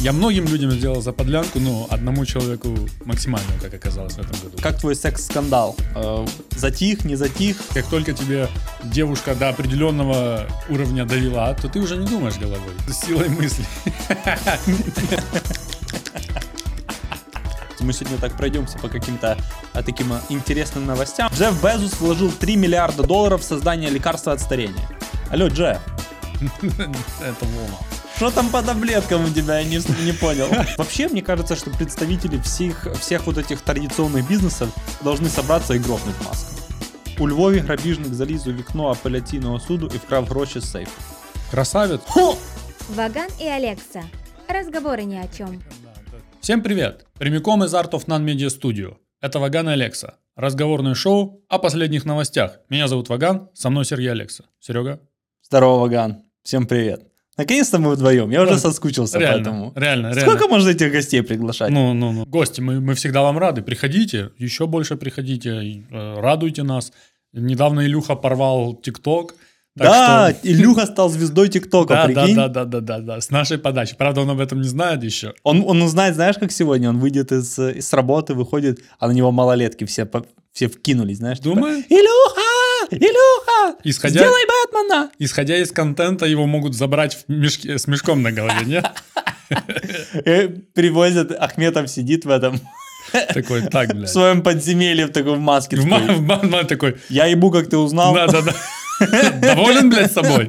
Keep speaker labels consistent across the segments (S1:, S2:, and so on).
S1: Я многим людям сделал заподлянку, но одному человеку максимальную, как оказалось в этом году.
S2: Как твой секс-скандал? Э, Затих, не затих?
S1: Как только тебе девушка до определенного уровня довела, то ты уже не думаешь головой. С силой мысли.
S2: Мы сегодня так пройдемся по каким-то а, таким а, интересным новостям. Джефф Безус вложил 3 миллиарда долларов в создание лекарства от старения. Алло, Джефф,
S1: Это Вова.
S2: что там по таблеткам у тебя, я не, не понял. Вообще, мне кажется, что представители всех, всех вот этих традиционных бизнесов должны собраться и гробнуть маску. У Львові грабіжник заліз у вікно апеляційного суду і вкрав гроші з сейфу.
S1: Красавец.
S2: Хо!
S3: Ваган и Алекса. Разговоры ни о чем.
S1: Всем привет! Прямиком из Art of Nan Media Studio. Это Ваган и Алекса. Разговорное шоу о последних новостях. Меня зовут Ваган, со мной Сергей Алекса. Серега,
S2: Здорово, Ваган. Всем привет. Наконец-то мы вдвоем. Я уже
S1: Да.
S2: соскучился по
S1: реально,
S2: этому.
S1: реально, реально.
S2: Сколько можно этих гостей приглашать?
S1: Ну, ну, ну. Гости, мы, мы всегда вам рады. Приходите, еще больше приходите, и, э, радуйте нас. Недавно Илюха порвал ТикТок. так
S2: да,
S1: что-
S2: Илюха стал звездой ТикТока,
S1: да, да,
S2: прикинь.
S1: да, да, да, да, да, с нашей подачи. Правда, он об этом не знает еще.
S2: Он, он узнает, знаешь, как сегодня? Он выйдет из, э, из работы, выходит, а на него малолетки все, по- все вкинулись, знаешь? типа,
S1: Думаю,
S2: Илюха! Илюха!
S1: Исходя-
S2: Сделай Бэтмена!
S1: исходя из контента, его могут забрать в мешке, с мешком на голове, нет?
S2: И привозят, Ахметов сидит в этом,
S1: Такой, так,
S2: в
S1: блядь.
S2: своем подземелье, в таком в маске.
S1: В
S2: такой,
S1: ма- в ма- ма- такой,
S2: Я ебу, как ты узнал,
S1: да, да, да. Доволен, блядь, собой?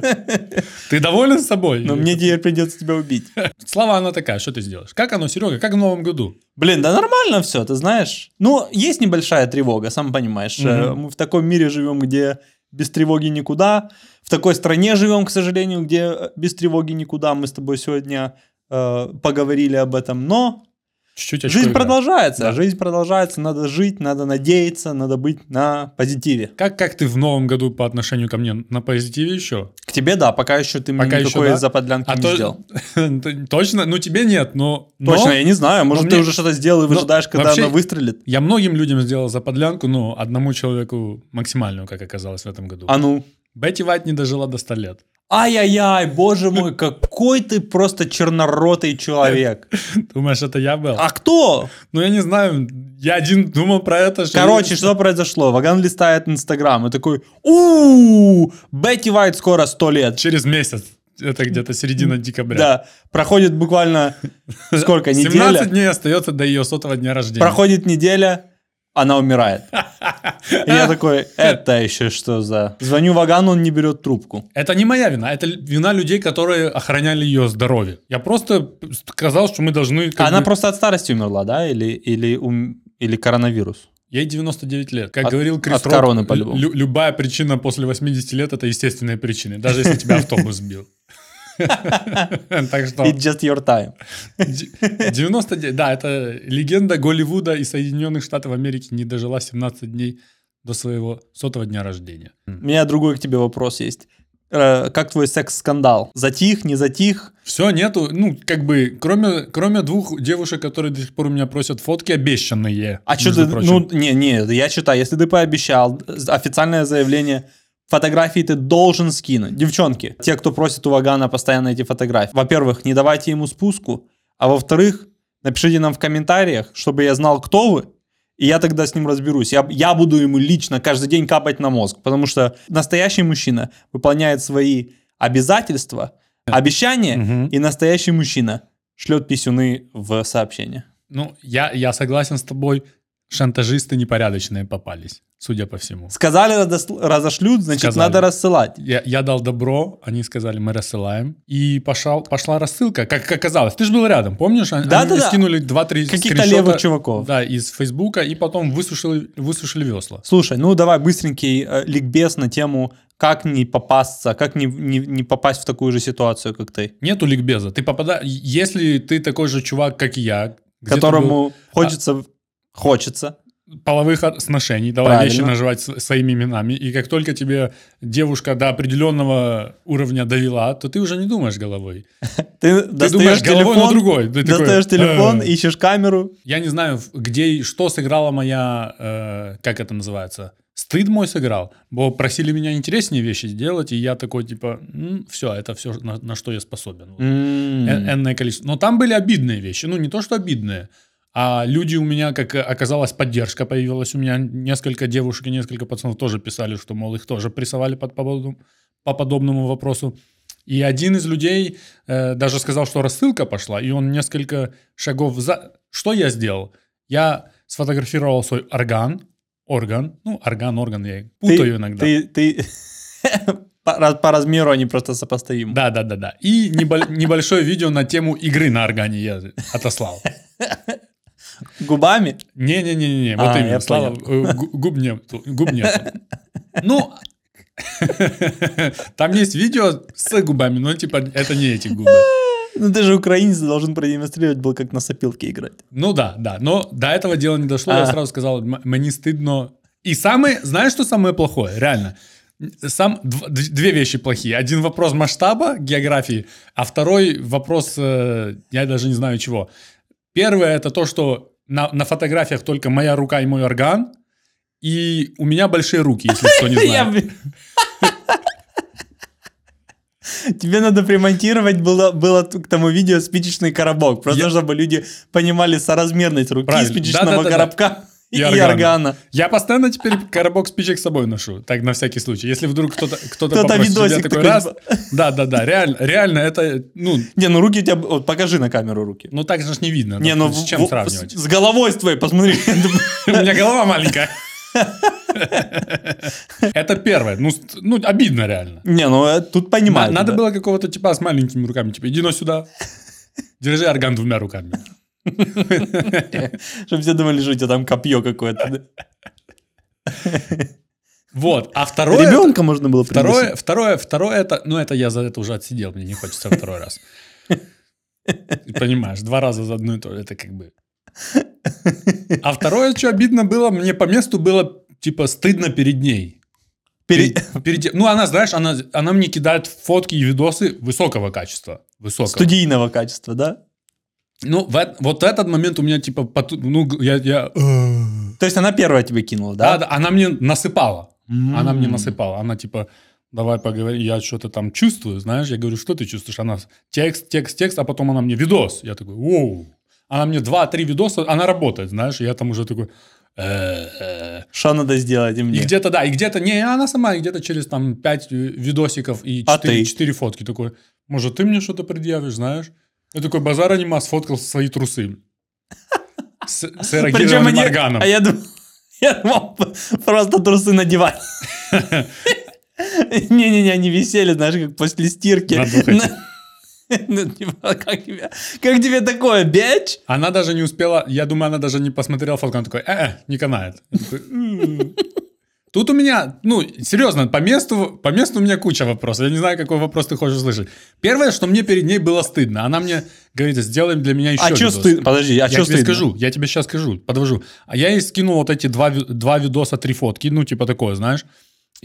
S1: Ты доволен собой?
S2: но мне теперь придется тебя убить.
S1: Слава она такая, что ты сделаешь? Как оно, Серега, как в новом году?
S2: Блин, да нормально все, ты знаешь. Ну, есть небольшая тревога, сам понимаешь. Э,
S1: Мгм.
S2: Мы в таком мире живем, где без тревоги никуда. В такой стране живем, к сожалению, где э, без тревоги никуда. Мы с тобой сегодня э, поговорили об этом. Но
S1: Чуть-чуть очко
S2: жизнь
S1: играет.
S2: продолжается.
S1: Да.
S2: Жизнь продолжается. Надо жить, надо надеяться, надо быть на позитиве.
S1: Как, как ты в новом году по отношению ко мне на позитиве еще?
S2: К тебе, да, пока еще ты
S1: Пока
S2: мне
S1: еще,
S2: никакой
S1: да.
S2: заподлянки не сделал.
S1: Т- точно, ну тебе нет, но, но
S2: Точно, я не знаю. Может, ты
S1: мне-
S2: уже что-то сделал и выжидаешь, когда
S1: вообще-
S2: она выстрелит.
S1: я многим людям сделал заподлянку, но одному человеку максимальную, как оказалось в этом году.
S2: А ну.
S1: Бетти Вайт не дожила до 100 лет.
S2: Ай-яй-яй, боже мой, какой ты просто черноротый человек.
S1: Думаешь, это я был?
S2: А кто?
S1: Ну я не знаю, я один думал про это. Что
S2: Короче, что произошло? Ваган листает Инстаграм и такой, у Бетти Вайт скоро 100 лет.
S1: через месяц, это где-то середина декабря.
S2: Да, проходит буквально сколько,
S1: 17
S2: неделя?
S1: дней остается до ее сотого дня рождения.
S2: Проходит неделя, она умирает. И я такой, это еще что за... Звоню Вагану, он не берет трубку.
S1: Это не моя вина, это л- вина людей, которые охраняли ее здоровье. Я просто сказал, что мы должны... как
S2: Она
S1: бы-
S2: просто от старости умерла, да? Или, или, ум- или коронавирус?
S1: Ей 99 лет. Как
S2: От-
S1: говорил Крис
S2: от
S1: Рок,
S2: короны,
S1: лю-
S2: по-любому.
S1: лю- любая причина после 80 лет это естественные причины, даже если тебя автобус сбил. Так что
S2: It's just your time.
S1: д- 99, да, это легенда Голливуда и Соединенных Штатов Америки не дожила 17 дней до своего сотого дня рождения.
S2: У меня другой к тебе вопрос есть. Э, Как твой секс-скандал? Затих, не затих?
S1: Все, нету, ну, как бы, кроме, кроме двух девушек, которые до сих пор у меня просят фотки, обещанные.
S2: А что
S1: между
S2: ты...
S1: прочим.
S2: Ну, не, не, я считаю, если ты пообещал, з- официальное заявление, фотографии ты должен скинуть. Девчонки, те, кто просит у Вагана постоянно эти фотографии, во-первых, не давайте ему спуску, а во-вторых, напишите нам в комментариях, чтобы я знал, кто вы, и я тогда с ним разберусь. Я, я буду ему лично каждый день капать на мозг, потому что настоящий мужчина выполняет свои обязательства, обещания,
S1: Мгм.
S2: и настоящий мужчина шлет писюны в сообщение.
S1: Ну, я, я согласен с тобой, шантажисты непорядочные попались, судя по всему.
S2: Сказали, разос- разошлют, значит,
S1: Сказали.
S2: надо рассылать.
S1: Я, я дал добро, они сказали, мы рассылаем. И пошел, пошла рассылка, как оказалось. Ты же был рядом, помнишь? Они,
S2: Да,
S1: они
S2: да,
S1: мне
S2: да.
S1: скинули 2-3
S2: Каких-то левых чуваков.
S1: Да, из Фейсбука, и потом высушили, высушили весла.
S2: Слушай, ну давай быстренький э, ликбез на тему, как не попасться, как не, не, не попасть в такую же ситуацию, как ты,
S1: Нету ликбеза. Ты попада... Если ты такой же чувак, как и я, где-то был А.
S2: которому хочется, хочется.
S1: половых от- сношений, давай
S2: Правильно.
S1: вещи наживать с- своими именами, и как только тебе девушка до определенного уровня довела, то ты уже не думаешь головой.
S2: Ты,
S1: Ты думаешь головой на другой. Ты такой,
S2: достаешь телефон,
S1: «Э».
S2: ищешь камеру.
S1: Я не знаю, в- где и что сыграла моя, э, как это называется, Стыд мой сыграл, бо просили меня интереснее вещи сделать, и я такой, типа, все, это все, на, на что я способен. Вот.
S2: М.
S1: Э- энное количество. Но там были обидные вещи. Ну, не то, что обидные, а люди у меня, как оказалось, поддержка появилась. У меня несколько девушек и несколько пацанов тоже писали, что, мол, их тоже прессовали под, по, поводу- по подобному вопросу. И один из людей э, даже сказал, что рассылка пошла, и он несколько шагов за... Что я сделал? Я сфотографировал свой орган, орган, ну, орган, орган, я
S2: Ты-
S1: путаю иногда.
S2: Ты, ты... по, раз- по размеру они просто сопоставимы.
S1: Да, да, да, да. И небо- небольшое видео на тему игры на органе я отослал.
S2: Губами?
S1: Не-не-не-не,
S2: А,
S1: вот
S2: я
S1: именно, Слава, э, гу- губ нету, губ нету. Ну, там есть видео с губами, но типа это не эти губы.
S2: Ну ты же украинец должен продемонстрировать был, как на сопилке играть.
S1: Ну да, да, но до этого дела не дошло,
S2: А.
S1: я сразу сказал, «М- мне стыдно. И самое, знаешь, что самое плохое, реально? Сам, дв- д- две вещи плохие. Один вопрос масштаба, географии, а второй вопрос, э, я даже не знаю чего. Первое, это то, что на, на фотографиях только моя рука и мой орган, и у меня большие руки, если кто не
S2: Я,
S1: знает.
S2: блин. Тебе надо примонтировать было, было т- к тому видео спичечный коробок. Просто
S1: Я-
S2: чтобы люди понимали соразмерность руки
S1: Правильно.
S2: спичечного
S1: Да-да-да-да.
S2: коробка и,
S1: И органа.
S2: органа.
S1: Я постоянно теперь коробок спичек с собой ношу, так на всякий случай. Если вдруг кто-то кто-то
S2: Кто-то
S1: попросит тебя
S2: видосик
S1: такой
S2: такой,
S1: раз,
S2: типа.
S1: да, да, да, реально, реально это, ну,
S2: Не, ну руки у тебя... вот покажи на камеру руки.
S1: Ну так же ж не видно.
S2: Не, ну
S1: с
S2: в-
S1: чем
S2: в-
S1: сравнивать?
S2: С, с головой с твоей, посмотри.
S1: У меня голова маленькая. Это первое. Ну, ст- ну, обидно реально.
S2: Не, ну э, тут
S1: На-
S2: понимаю.
S1: Надо
S2: да.
S1: было какого-то типа с маленькими руками. Типа, иди на сюда. Держи орган двумя руками.
S2: Чтобы все думали, что у тебя там копье какое-то.
S1: Вот. А второе...
S2: Ребенка можно было пригласить.
S1: Второе, второе, второе это, ну это я за это уже отсидел, мне не хочется второй раз. Понимаешь, два раза за одну и то, же, это как бы. А второе, что обидно было, мне по месту было типа стыдно перед ней.
S2: Пере-
S1: перед тем- ну, она, знаешь, она, она мне кидает фотки и видосы высокого качества. Высокого.
S2: Студийного качества, да?
S1: Ну, в эт- вот этот момент у меня, типа, поту- ну, г- я... я-
S2: То есть она первая тебе кинула,
S1: да,
S2: да?
S1: да, она мне насыпала.
S2: М.
S1: Она мне насыпала. Она, типа, давай поговорим. Я что-то там чувствую, знаешь. Я говорю, что ты чувствуешь? Она с- текст, текст, текст, а потом она мне видос. Я такой, оу. Она мне два-три видоса, она работает, знаешь. Я там уже такой... «Э, э».
S2: Что надо сделать и мне?
S1: И где-то, да, и где-то, не, она сама, и где-то через там 5 видосиков и
S2: А
S1: 4,
S2: ты?
S1: фотки такой, может, ты мне что-то предъявишь, знаешь? Я такой, базар анима, сфоткал свои трусы. С, с эрогированным
S2: они-
S1: органом.
S2: А я думал, я думал, просто трусы надевать. Не-не-не, они висели, знаешь, как после стирки.
S1: Надо выходить.
S2: На- ну, типа, Как тебе- как тебе такое, бич?
S1: Она даже не успела, я думаю, она даже не посмотрела фотку, она такой, э, не канает. Я такой, «М». Тут у меня, ну, серьезно, по месту, по месту у меня куча вопросов. Я не знаю, какой вопрос ты хочешь услышать. Первое, что мне перед ней было стыдно. Она мне говорит, сделаем для меня еще
S2: А что
S1: видос».
S2: стыдно? Подожди, а
S1: я
S2: что
S1: тебе
S2: стыдно?
S1: скажу, я тебе сейчас скажу, подвожу. А я ей скинул вот эти два, ви- два видоса, три фотки, ну, типа такое, знаешь.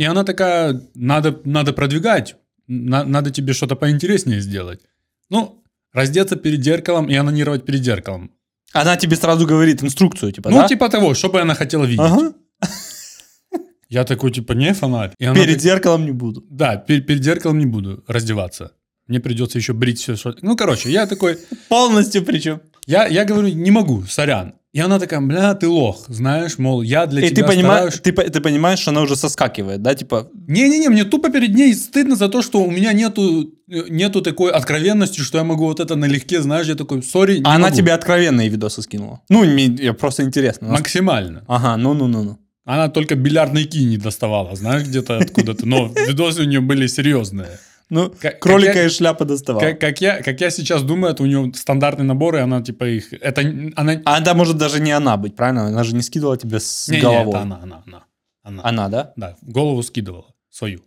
S1: И она такая, надо, надо продвигать, на- надо тебе что-то поинтереснее сделать. Ну, раздеться перед зеркалом и анонировать перед зеркалом.
S2: Она тебе сразу говорит инструкцию, типа,
S1: ну,
S2: да?
S1: типа того, что бы она хотела видеть.
S2: Ага.
S1: Я такой, типа, не фанат. И она
S2: Перед
S1: так-
S2: зеркалом не буду.
S1: Да, перед, перед зеркалом не буду раздеваться. Мне придется еще брить все. Что... Ну, короче, я такой,
S2: Полностью причем.
S1: я, я говорю, не могу, сорян. И она такая, бля, ты лох, знаешь, мол, я для
S2: И ты
S1: тебя
S2: понимаешь,
S1: стараюсь-
S2: ты по- ты понимаешь, что она уже соскакивает, да? Типа,
S1: Не-не-не, мне тупо перед ней стыдно за то, что у меня нету, э, нету такой откровенности, что я могу вот это налегке, знаешь, я такой, сори, не
S2: а она
S1: могу».
S2: тебе откровенные видосы скинула. Ну, мне я просто интересно.
S1: Максимально.
S2: Ага, ну-ну-ну-ну.
S1: Она только бильярдные кии не доставала, знаешь, где-то откуда-то, но видосы у нее были серьезные.
S2: Ну,
S1: Как-
S2: кролика
S1: как я-
S2: из шляпы доставал.
S1: Как, как я, как я сейчас думаю, это у нее стандартный набор, и она типа их... Это н- она...
S2: А это может даже не она быть, правильно? Она же не скидывала тебе с
S1: Не-не,
S2: головой.
S1: это она, она, она. Она.
S2: Она, да?
S1: Да, голову скидывала свою.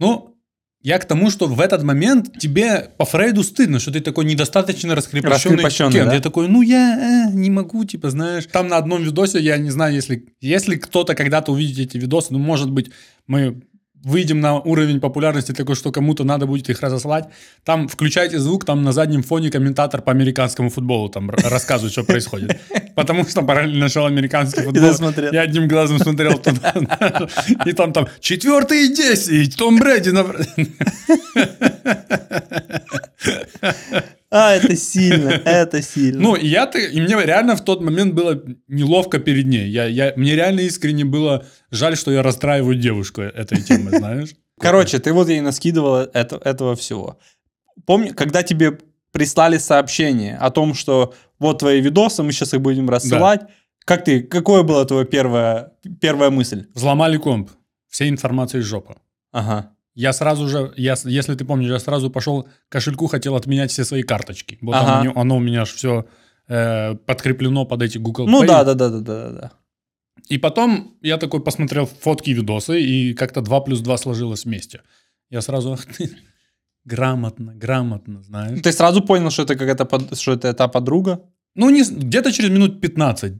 S1: Ну, я к тому, что в этот момент тебе по Фрейду стыдно, что ты такой недостаточно раскрепощенный.
S2: Раскрепощенный,
S1: член.
S2: да?
S1: Я такой, ну я э, не могу, типа, знаешь. Там на одном видосе, я не знаю, если, если кто-то когда-то увидит эти видосы, ну, может быть, мы выйдем на уровень популярности такой, что кому-то надо будет их разослать. Там включайте звук, там на заднем фоне комментатор по американскому футболу там р- рассказывает, что происходит. Потому что параллельно шел американский футбол.
S2: досмотрел.
S1: Я одним глазом смотрел туда. И там там четвертые 10, Том Брэди. на-
S2: А, это сильно, это сильно.
S1: Ну, и я-то, и мне реально в тот момент было неловко перед ней. Я, я, мне реально искренне было жаль, что я расстраиваю девушку э, этой темы, знаешь?
S2: Короче, ты вот ей наскидывала это, этого всего. Помни, когда тебе прислали сообщение о том, что вот твои видосы, мы сейчас их будем рассылать. Как ты, какое была твоя первая, первая мысль?
S1: Взломали комп. Все информации жопа.
S2: Ага.
S1: Я сразу же, я, с- если ты помнишь, я сразу пошел к кошельку, хотел отменять все свои карточки. Вот там
S2: Ага.
S1: у неё- оно у меня аж все подкреплено под эти Google
S2: Ну
S1: Pay.
S2: да, да, да, да, да, да.
S1: И потом я такой посмотрел фотки и видосы, и как-то 2 плюс 2 сложилось вместе. Я сразу, ах ты, грамотно, грамотно, знаешь.
S2: Ну, Ты сразу понял, что это какая-то под- что это та подруга?
S1: Ну, не, с- где-то через минут 15.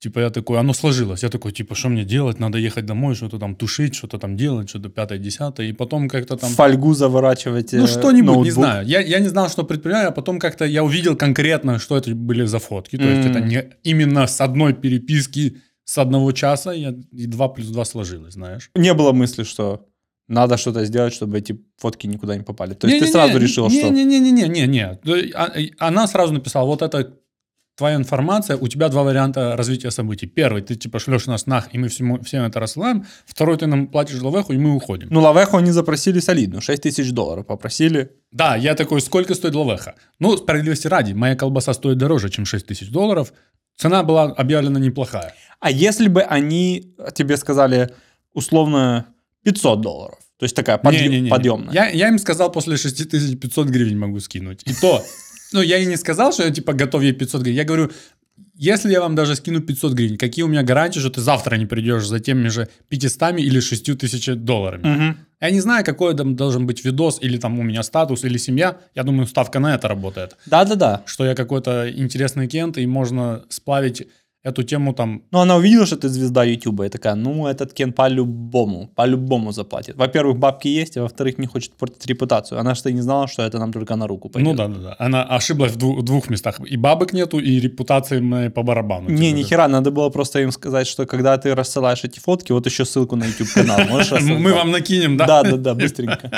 S1: Типа я такой, оно сложилось. Я такой, типа, что мне делать? Надо ехать домой, что-то там тушить, что-то там делать, что-то пятое, десятое. И потом как-то там...
S2: В фольгу заворачивать. э,
S1: Ну, что-нибудь, не
S2: ноутбук.
S1: знаю. Я, я не знал, что предпринимаю, а потом как-то я увидел конкретно, что это были за фотки. То есть
S2: М.
S1: это не именно с одной переписки, с одного часа, я, и 2 плюс 2 сложилось, знаешь.
S2: Не было мысли, что надо что-то сделать, чтобы эти фотки никуда не попали. То есть ты
S1: Не-не-не,
S2: сразу решил, что...
S1: Не-не-не-не-не-не. То есть, а- и Она сразу написала, вот это твоя информация, у тебя два варианта развития событий. Первый, ты типа шлешь нас нах, и мы всему, всем это рассылаем. Второй, ты нам платишь лавеху, и мы уходим.
S2: Ну, Лавеху они запросили солидную, 6 тысяч долларов попросили.
S1: Да, я такой, сколько стоит лавеха? Ну, справедливости ради, моя колбаса стоит дороже, чем 6 тысяч долларов. Цена была объявлена неплохая.
S2: А если бы они тебе сказали условно 500 долларов, то есть такая подъ-
S1: Не-не-не.
S2: подъемная.
S1: Я, я им сказал, после 6500 гривен могу скинуть. И то, ну, я и не сказал, что я, типа, готов ей 500 гривен. Я говорю, если я вам даже скину 500 гривен, какие у меня гарантии, что ты завтра не придешь за теми же 500 или 6000 долларами?
S2: Мгм.
S1: Я не знаю, какой там должен быть видос, или там у меня статус, или семья. Я думаю, ставка на это работает.
S2: Да-да-да.
S1: Что я какой-то интересный кент, и можно сплавить эту тему там
S2: Но она увидела, что ты звезда Ютуба, и такая, ну, этот Кен по-любому, по-любому заплатит. Во-первых, бабки есть, а во-вторых, не хочет портить репутацию. Она что не знала, что это нам только на руку пойдет.
S1: Ну да, да, да. Она ошиблась в дву- двух местах. И бабок нету, и репутации моей по барабану.
S2: Не,
S1: Типа,
S2: ни хера, надо было просто им сказать, что когда ты рассылаешь эти фотки, вот еще ссылку на YouTube канал. Можешь
S1: как-
S2: рассылать?
S1: Мы вам накинем, да?
S2: Да, да, да, быстренько.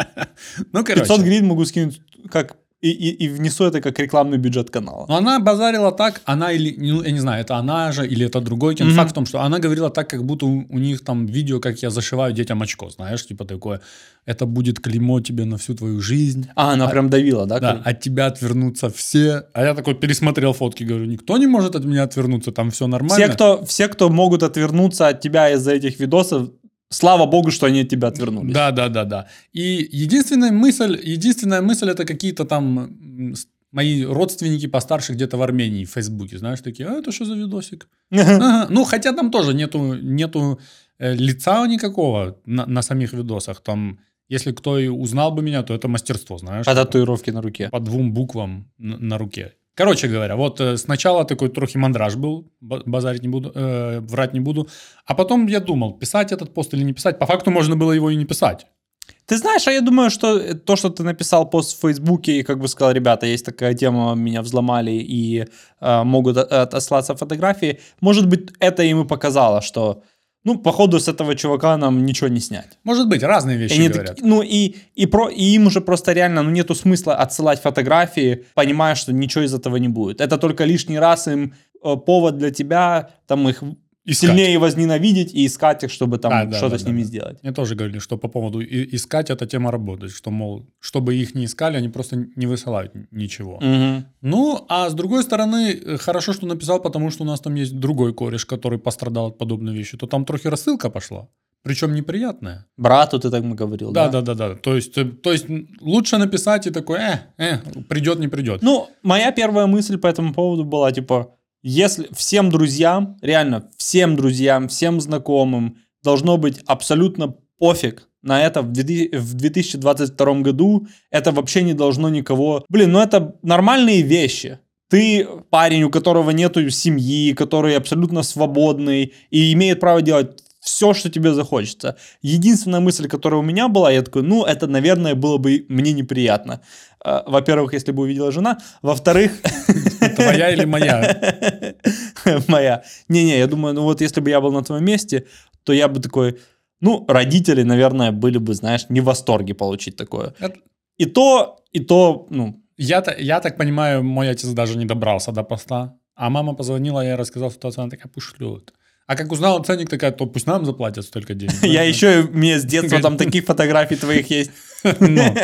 S1: Ну, короче.
S2: 500 гривен могу скинуть как и, и- и внесу это как рекламный бюджет канала.
S1: Но она базарила так, она или, ну, я не знаю, это она же или это другой кино.
S2: Мгм.
S1: Факт в том, что она говорила так, как будто у, у них там видео, как я зашиваю детям очко, знаешь, типа такое, это будет клеймо тебе на всю твою жизнь.
S2: А, она прям давила, да?
S1: Да,
S2: как-
S1: от тебя отвернутся все. А я такой пересмотрел фотки, говорю, никто не может от меня отвернуться, там все нормально.
S2: Все, кто, все, кто могут отвернуться от тебя из-за этих видосов, слава богу, что они от тебя отвернулись.
S1: Ну, Да, да, да, да. И единственная мысль, единственная мысль это какие-то там м, с- мои родственники постарше где-то в Армении в Фейсбуке, знаешь, такие, а это что за видосик? Ага. Ну, хотя там тоже нету, нету э, лица никакого на, на самих видосах. Там, если кто и узнал бы меня, то это мастерство, знаешь.
S2: А татуировки на руке.
S1: По двум буквам на, на руке. Короче говоря, вот э, сначала такой трохи мандраж был, ба- базарить не буду, э, врать не буду. А потом я думал, писать этот пост или не писать. По факту можно было его и не писать.
S2: Ты знаешь, а я думаю, что то, что ты написал пост в Фейсбуке и как бы сказал, ребята, есть такая тема, меня взломали и э, могут о- отослаться фотографии, может быть, это им и показало, что, ну, походу, с этого чувака нам ничего не снять.
S1: Может быть, разные
S2: И
S1: вещи
S2: они
S1: говорят.
S2: таки- ну и, и, про, и им уже просто реально ну, нету смысла отсылать фотографии, понимая, что ничего из этого не будет. Это только лишний раз им э, повод для тебя там их
S1: Искать.
S2: сильнее возненавидеть и искать их, чтобы там
S1: Да, да,
S2: что-то
S1: да,
S2: с
S1: да,
S2: ними
S1: да.
S2: сделать.
S1: Мне тоже говорили, что по поводу и- искать эта тема работает, что, мол, чтобы их не искали, они просто не высылают н- ничего.
S2: Мгм.
S1: Ну, а с другой стороны, э, хорошо, что написал, потому что у нас там есть другой кореш, который пострадал от подобной вещи, то там трохи рассылка пошла. Причем неприятная.
S2: Брату ты так говорил,
S1: Да, да, да, да. То есть, э, то есть м, лучше написать и такой, э, э, придет, не придет.
S2: Ну, моя первая мысль по этому поводу была, типа, если всем друзьям, реально, всем друзьям, всем знакомым должно быть абсолютно пофиг на это в 2000 в 2022 году. Это вообще не должно никого... Блин, ну это нормальные вещи. Ты парень, у которого нету семьи, который абсолютно свободный и имеет право делать все, что тебе захочется. Единственная мысль, которая у меня была, я такой, ну, это, наверное, было бы мне неприятно. Э, Во-первых, если бы увидела жена. Во-вторых,
S1: Твоя или моя?
S2: моя. Не-не, я думаю, ну вот если бы я был на твоем месте, то я бы такой, ну, родители, наверное, были бы, знаешь, не в восторге получить такое.
S1: Это-
S2: И то, и то, ну,
S1: Я, та- я так понимаю, мой отец даже не добрался до поста. А мама позвонила, я рассказал ситуацию, она такая, пусть шлют. А как узнала ценник, такая, то пусть нам заплатят столько денег.
S2: я еще, мне с детства
S1: Говорит,
S2: там таких фотографий твоих есть.
S1: Ну,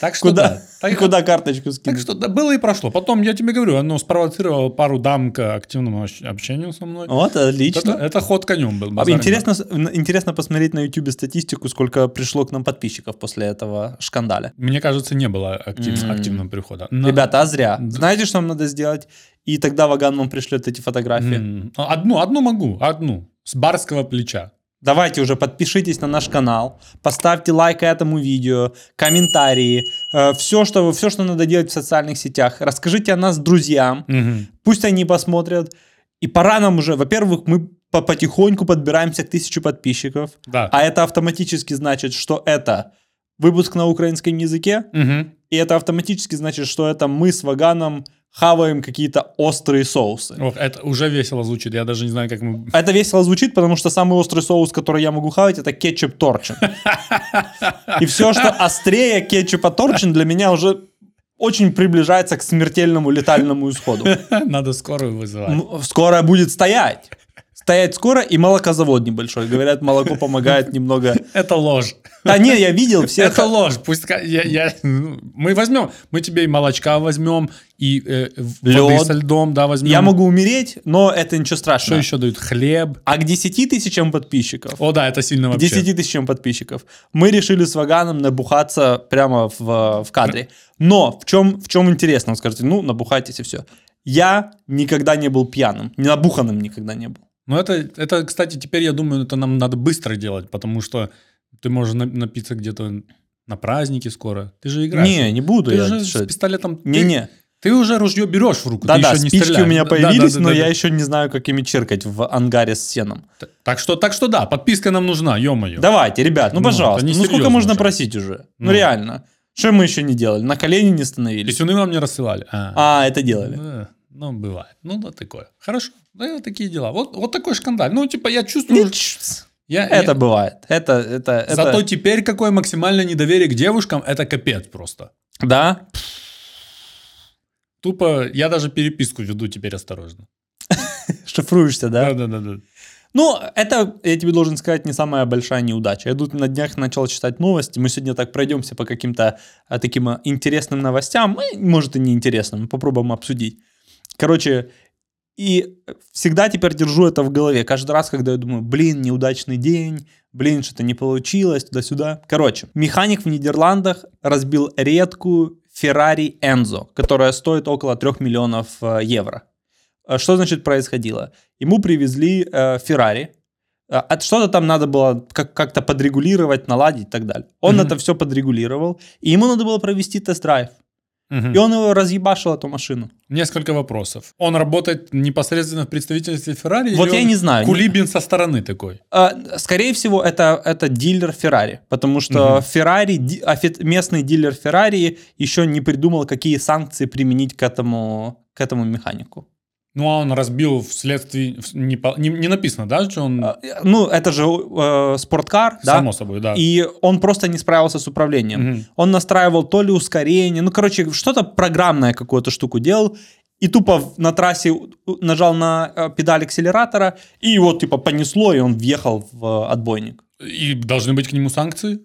S1: Так что
S2: Куда?
S1: да. Так-
S2: Куда карточку
S1: Так
S2: скинуть?
S1: что да, было и прошло. Потом, я тебе говорю, оно спровоцировало пару дам к активному ощ- общению со мной.
S2: Вот,
S1: Это,
S2: отлично.
S1: это ход конем был.
S2: А
S1: базара нет.
S2: Интересно, с- н- интересно посмотреть на YouTube статистику, сколько пришло к нам подписчиков после этого шкандаля.
S1: Мне кажется, не было актив-
S2: М.
S1: активного прихода. Но-
S2: Ребята, а зря.
S1: Да.
S2: Знаете, что нам надо сделать? И тогда Ваган вам пришлет эти фотографии.
S1: М. Ну, Одну, одну могу, одну. С барского плеча.
S2: Давайте уже подпишитесь на наш канал, поставьте лайк этому видео, комментарии, все, что, вы- всё, что надо делать в социальных сетях. Расскажите о нас друзьям, пусть они посмотрят. И пора нам уже, во-первых, мы по- потихоньку подбираемся к тысячу подписчиков,
S1: Да.
S2: а это автоматически значит, что это выпуск на украинском языке,
S1: Мгм.
S2: и это автоматически значит, что это мы с Ваганом хаваем какие-то острые соусы.
S1: Ох, это уже весело звучит. Я даже не знаю, как мы...
S2: Это весело звучит, потому что самый острый соус, который я могу хавать, это кетчуп торчин. И все, что острее кетчупа торчин, для меня уже очень приближается к смертельному летальному исходу.
S1: Надо скорую вызывать.
S2: М, Скоро будет стоять. Стоять скоро и молокозавод небольшой. Говорят, молоко помогает немного.
S1: Это ложь.
S2: Да не, я видел все.
S1: Это ложь. Пусть... ка- я- я- ну, Мы возьмем. Мы тебе и молочка возьмем, и э, в- воды
S2: Лёд.
S1: со льдом, да, возьмем.
S2: Я могу умереть, но это
S1: Что
S2: ничего страшного.
S1: еще дают? Хлеб.
S2: А к 10 тысячам подписчиков
S1: О, да, это сильно
S2: к
S1: вообще.
S2: 10 тысячам подписчиков. Мы решили с Ваганом набухаться прямо в, в кадре. Но в чем, в чем интересно? Вы скажете, ну, набухайтесь и все. Я никогда не был пьяным. Не набуханным никогда не был.
S1: Ну, это, это, кстати, теперь я думаю, это нам надо быстро делать, потому что ты можешь на- напиться где-то на празднике скоро. Ты же играешь.
S2: Не, не буду.
S1: ты
S2: я,
S1: же
S2: что
S1: с
S2: это.
S1: пистолетом... ты-
S2: Не-не.
S1: Ты уже ружье берешь в руку, ты
S2: Да-да,
S1: еще не
S2: спички
S1: стреляешь.
S2: у меня
S1: Да,
S2: появились,
S1: да, да,
S2: но
S1: да,
S2: я
S1: да.
S2: еще не знаю, как ими черкать в ангаре с сеном.
S1: Так что, так что да, подписка нам нужна, ё-моё.
S2: Давайте, ребят, ну,
S1: Ну,
S2: пожалуйста.
S1: это
S2: Ну,
S1: не
S2: сколько
S1: серьезно
S2: можно
S1: уже.
S2: просить уже? Ну,
S1: Ну.
S2: реально. Что мы еще не делали? На колени не становились.
S1: Писюны вам не рассылали? А,
S2: А, это делали.
S1: Да, ну, бывает. Ну, да, такое. Хорошо. Да, такие дела. Вот, вот такой шкандаль. Ну, типа, я чувствую... Я, я-
S2: Это бывает. Это, это, это.
S1: Зато теперь какое максимальное недоверие к девушкам, это капец просто.
S2: Да?
S1: Тупо, я даже переписку веду теперь осторожно.
S2: Шифруешься, да?
S1: да, да. да.
S2: Ну, это, я тебе должен сказать, не самая большая неудача. Я тут на днях начал читать новости. Мы сегодня так пройдемся по каким-то а, таким а, интересным новостям. и, Может, и неинтересным. Попробуем обсудить. Короче, и всегда теперь держу это в голове. Каждый раз, когда я думаю, блин, неудачный день, блин, что-то не получилось, туда-сюда. Короче, механик в Нидерландах разбил редкую Ferrari Enzo, которая стоит около 3 миллионов э, евро. Э, Что значит происходило? Ему привезли э, Феррари. Э, от- Что-то там надо было как- как-то подрегулировать, наладить и так далее. Он
S1: Мгм.
S2: это все подрегулировал, и ему надо было провести тест-драйв.
S1: Мгм.
S2: И он его разъебашил, эту машину.
S1: Несколько вопросов. Он работает непосредственно в представительстве Феррари?
S2: вот
S1: или
S2: я
S1: он
S2: не знаю. не-
S1: Кулибин со стороны такой.
S2: Э, Скорее всего, это, это дилер Феррари, потому что
S1: Мгм.
S2: Феррари, ди- офи- местный дилер Феррари еще не придумал, какие санкции применить к этому, к этому механику.
S1: Ну, а он разбил вследствие... вс- Не, по- не- не написано, да, что он...
S2: Э, Ну, это же э, спорткар, да?
S1: Само собой, да.
S2: И он просто не справился с управлением.
S1: Мгм.
S2: Он настраивал то ли ускорение, ну, короче, что-то программное какую-то штуку делал, и тупо в- на трассе у- у- нажал на э, педаль акселератора, и его, типа, понесло, и он въехал в э, отбойник.
S1: И должны быть к нему санкции?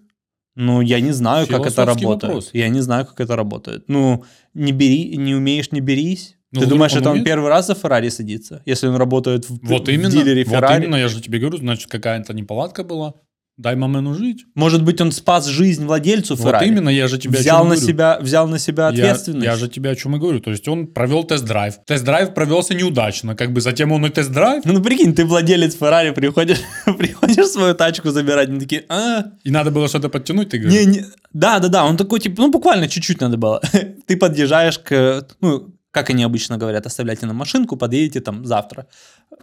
S2: Ну, я не знаю, как это
S1: Философский
S2: работает.
S1: вопрос.
S2: Я не знаю, как это работает. Ну, не бери, не умеешь, не берись.
S1: Ну,
S2: Ты
S1: вдруг
S2: думаешь,
S1: он
S2: это он
S1: умеет?
S2: первый раз за Феррари садится, если он работает в,
S1: Вот
S2: в
S1: именно.
S2: дилере
S1: вот
S2: Феррари?
S1: именно, я же тебе говорю, значит, какая-то неполадка была. Дай мамену жить.
S2: Может быть, он спас жизнь владельцу Феррари?
S1: Вот именно, я же тебе о
S2: взял
S1: чём
S2: на
S1: говорю.
S2: себя, взял на себя
S1: Я-
S2: ответственность.
S1: Я, же тебе о чем и говорю. То есть он провел тест-драйв. Тест-драйв провелся неудачно. Как бы затем он и тест-драйв.
S2: Ну, ну, прикинь, ты владелец Феррари, приходишь, приходишь свою тачку забирать, они такие, а,
S1: И надо было что-то подтянуть, ты говоришь.
S2: не, не, да, да, да, он такой, типа, ну, буквально чуть-чуть надо было. Ты подъезжаешь к, э, ну, как они обычно говорят, оставляйте нам машинку, подъедете там завтра.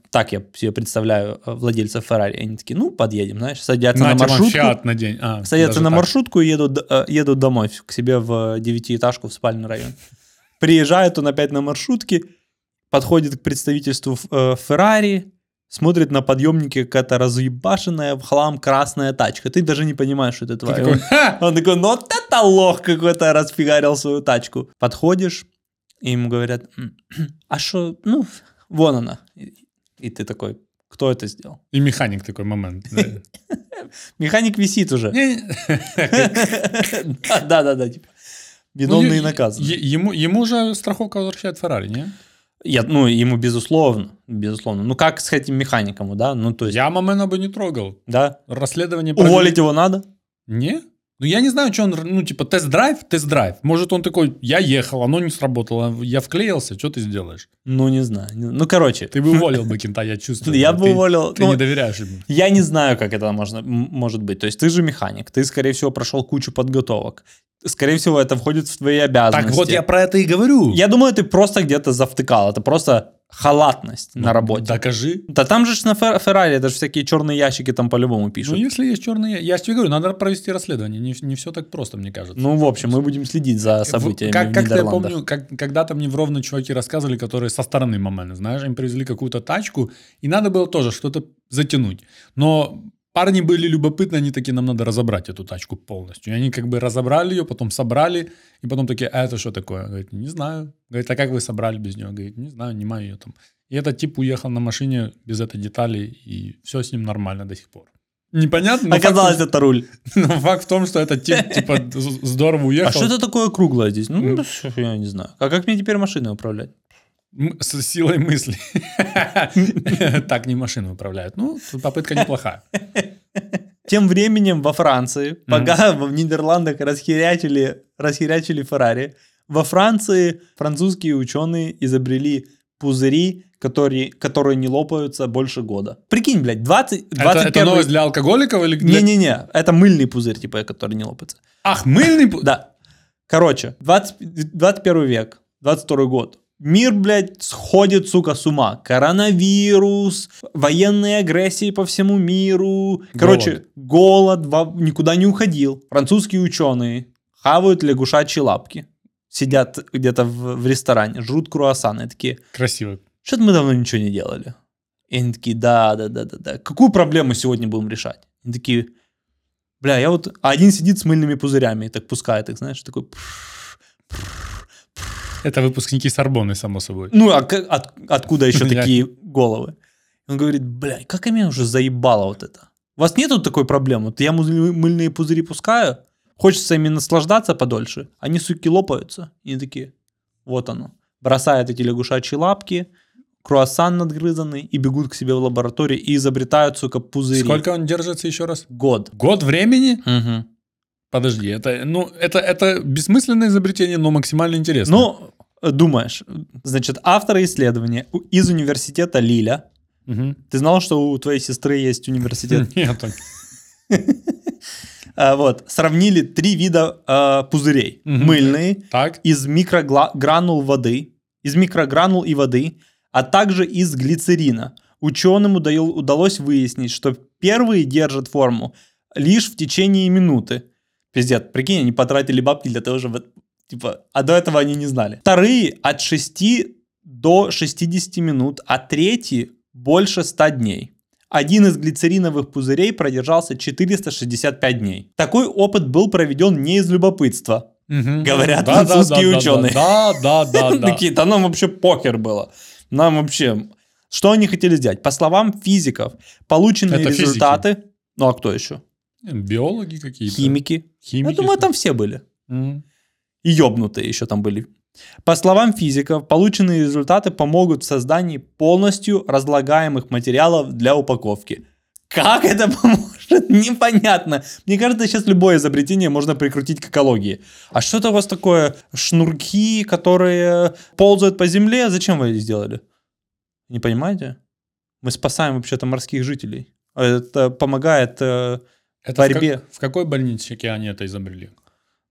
S2: Так я себе представляю э, владельцев Феррари. Они такие, ну, подъедем, знаешь, садятся на
S1: Нате вам
S2: маршрутку.
S1: фиат на день. А,
S2: Садятся
S1: даже
S2: на
S1: так.
S2: маршрутку и едут, д- э, едут домой, в- к себе в э, девятиэтажку в спальный район. Приезжает он опять на маршрутке, подходит к представительству ф- э, Феррари, смотрит на подъемнике какая-то разъебашенная в хлам красная тачка. Ты даже не понимаешь, что это
S1: Ты
S2: твоя.
S1: такой,
S2: Он,
S1: «Ха!»
S2: он такой, ну вот это лох какой-то расфигарил свою тачку. Подходишь, и ему говорят, «М, а что, ну, вон она. И- и ты такой, кто это сделал?
S1: И механик такой момент. да. ну,
S2: Механик висит уже.
S1: Не-не.
S2: Да, да, да, типа.
S1: Ну,
S2: Виновный
S1: е-
S2: и наказанный.
S1: е- Ему, ему же страховка возвращает Феррари, не?
S2: Я, ну, ему безусловно, безусловно. Ну, как с этим механиком, да? Ну, то есть,
S1: Я Мамена бы не трогал.
S2: да.
S1: Расследование... провели.
S2: Уволить его надо?
S1: Не? Ну, я не знаю, что он... Ну, типа, тест-драйв, тест-драйв. Может, он такой, я ехал, оно не сработало, я вклеился, что ты сделаешь?
S2: Ну, не знаю. не- Ну, короче,
S1: Ты бы уволил бы кента, я чувствую.
S2: я
S1: Ты-
S2: бы уволил.
S1: Ты
S2: ну,
S1: не доверяешь ему.
S2: Я не знаю, как это можно, м- может быть. То есть, ты же механик, ты, скорее всего, прошел кучу подготовок. Скорее всего, это входит в твои обязанности.
S1: Так вот, я про это и говорю.
S2: Я думаю, ты просто где-то завтыкал. Это просто
S1: Ну,
S2: халатность на работе.
S1: Докажи.
S2: Да там же ж на Фер- Феррари, это же всякие черные ящики там по-любому пишут.
S1: Ну, если есть черные... Я же тебе говорю, надо провести расследование. Не, все так просто, мне кажется.
S2: Ну, в общем, мы будем следить за
S1: В-
S2: событиями
S1: как,
S2: в
S1: как-то я
S2: Нидерландах.
S1: помню, как, когда-то мне в Ровно чуваки рассказывали, которые со стороны Мамена, знаешь, им привезли какую-то тачку, и надо было тоже что-то затянуть. Но парни были любопытны, они такие, нам надо разобрать эту тачку полностью. И они как бы разобрали ее, потом собрали, и потом такие, а это что такое? Говорит, не знаю. Говорит, а как вы собрали без нее? Говорит, не знаю, не мою ее там. И этот тип уехал на машине без этой детали, и все с ним нормально до сих пор. Непонятно, но,
S2: Оказалось,
S1: факт,
S2: А это руль.
S1: но факт в том, что этот тип типа з- здорово уехал.
S2: А что это такое круглое здесь? Ну,
S1: М.
S2: я не знаю. А как мне теперь машиной управлять?
S1: М- С силой мысли. Так не машины управляют. Ну, тут попытка неплохая.
S2: Тем временем во Франции, пока в Нидерландах расхерячили, расхерячили Феррари, во Франции французские ученые изобрели пузыри, которые, которые не лопаются больше года. Прикинь, блядь, 20,
S1: Это,
S2: 21...
S1: это новость для алкоголиков или для...
S2: Не-не-не, это мыльный пузырь, типа, который не лопается.
S1: Ах, мыльный... пу-
S2: Типа, Да. Короче, 20, 21 век, 22 год. Мир, блядь, сходит, сука, с ума. Коронавирус, военные агрессии по всему миру. Короче, голод, во- никуда не уходил. Французские ученые хавают лягушачьи лапки. Сидят где-то в, в ресторане, жрут круассаны. Такие,
S1: Красиво.
S2: что-то мы давно ничего не делали. И они такие, да, да, да, да, да. Какую проблему сегодня будем решать? Они такие, бля, я вот... А один сидит с мыльными пузырями и так пускает их, знаешь, такой... пф.
S1: Это выпускники Сорбоны, само собой.
S2: Ну, а к- от- откуда еще
S1: Я-
S2: такие головы? Он говорит, бля, как меня уже заебало вот это. У вас нету такой проблемы? Вот я мыль- мыльные пузыри пускаю, хочется ими наслаждаться подольше, они, суки, лопаются. И они такие, вот оно. Бросают эти лягушачьи лапки, круассан надгрызанный и бегут к себе в лабораторию и изобретают, сука, пузыри.
S1: Сколько он держится еще раз?
S2: Год.
S1: Год времени?
S2: Мгм.
S1: Подожди, это, ну, это, это бессмысленное изобретение, но максимально интересно.
S2: Ну, э, думаешь. Значит, авторы исследования у- из университета Лиля.
S1: Мгм.
S2: Ты знал, что у твоей сестры есть университет?
S1: Нет, так.
S2: А, Вот, сравнили три вида э, пузырей.
S1: Мгм.
S2: Мыльные,
S1: Так?
S2: из микрогранул воды, из микрогранул и воды, а также из глицерина. Ученым удаил- удалось выяснить, что первые держат форму лишь в течение минуты. Пиздец, прикинь, они потратили бабки для того, чтобы... Типа, а до этого они не знали. Вторые от 6 до 60 минут, а третьи больше 100 дней. Один из глицериновых пузырей продержался 465 дней. Такой опыт был проведен не из любопытства,
S1: Мгм.
S2: Говорят
S1: Да, да,
S2: французские
S1: да, да,
S2: ученые.
S1: Да, да, да, да.
S2: Такие, да нам вообще покер было. Нам вообще... Что они хотели сделать? По словам физиков, полученные
S1: Это физики.
S2: результаты... Ну а кто еще?
S1: Биологи какие-то.
S2: Химики.
S1: Химики.
S2: Я думаю, там все были.
S1: Мгм.
S2: И ёбнутые еще там были. По словам физиков, полученные результаты помогут в создании полностью разлагаемых материалов для упаковки. Как это поможет? Непонятно. Мне кажется, сейчас любое изобретение можно прикрутить к экологии. А что это у вас такое? Шнурки, которые ползают по земле? Зачем вы это сделали? Не понимаете? Мы спасаем вообще-то морских жителей. Это помогает э,
S1: Это в
S2: борьбе.
S1: как- В какой больнице они это изобрели?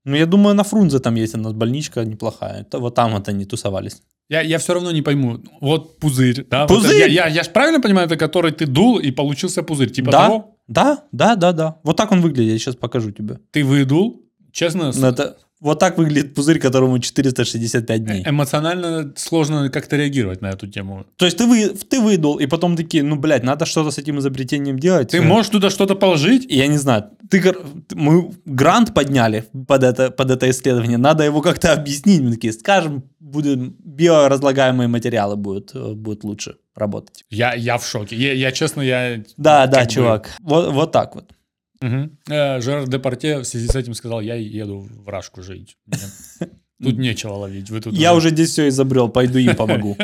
S2: Ну, я думаю, на Фрунзе там есть у нас больничка неплохая. Это вот там вот они тусовались.
S1: Я, я все равно не пойму. Вот пузырь, да? вот
S2: Пузырь?
S1: это- я, я, же правильно понимаю, это который ты дул и получился пузырь. Типа
S2: да?
S1: того,
S2: Да, да, да, да. Вот так он выглядит, я сейчас покажу тебе.
S1: ты выдул, честно, с-
S2: Ну, это- вот так выглядит пузырь, которому 465 дней.
S1: э, эмоционально сложно как-то реагировать на эту тему.
S2: То есть ты, вы, ты выдал, и потом такие, ну, блядь, надо что-то с этим изобретением делать.
S1: Ты
S2: Э,
S1: можешь туда что-то положить?
S2: Я не знаю, ты, гр- мы грант подняли под это, под это исследование, надо его как-то объяснить. Мы такие, скажем, будем, биоразлагаемые материалы будут, э, будут лучше работать.
S1: Я, я в шоке. Я, я, честно, я...
S2: Да, да,
S1: как бы-
S2: чувак, вот, вот так вот.
S1: Мгм. Э, Жерар Департе в связи с этим сказал, я еду в Рашку жить. Мне Тут нечего ловить. Вы тут
S2: Я уже здесь все изобрел, пойду им помогу.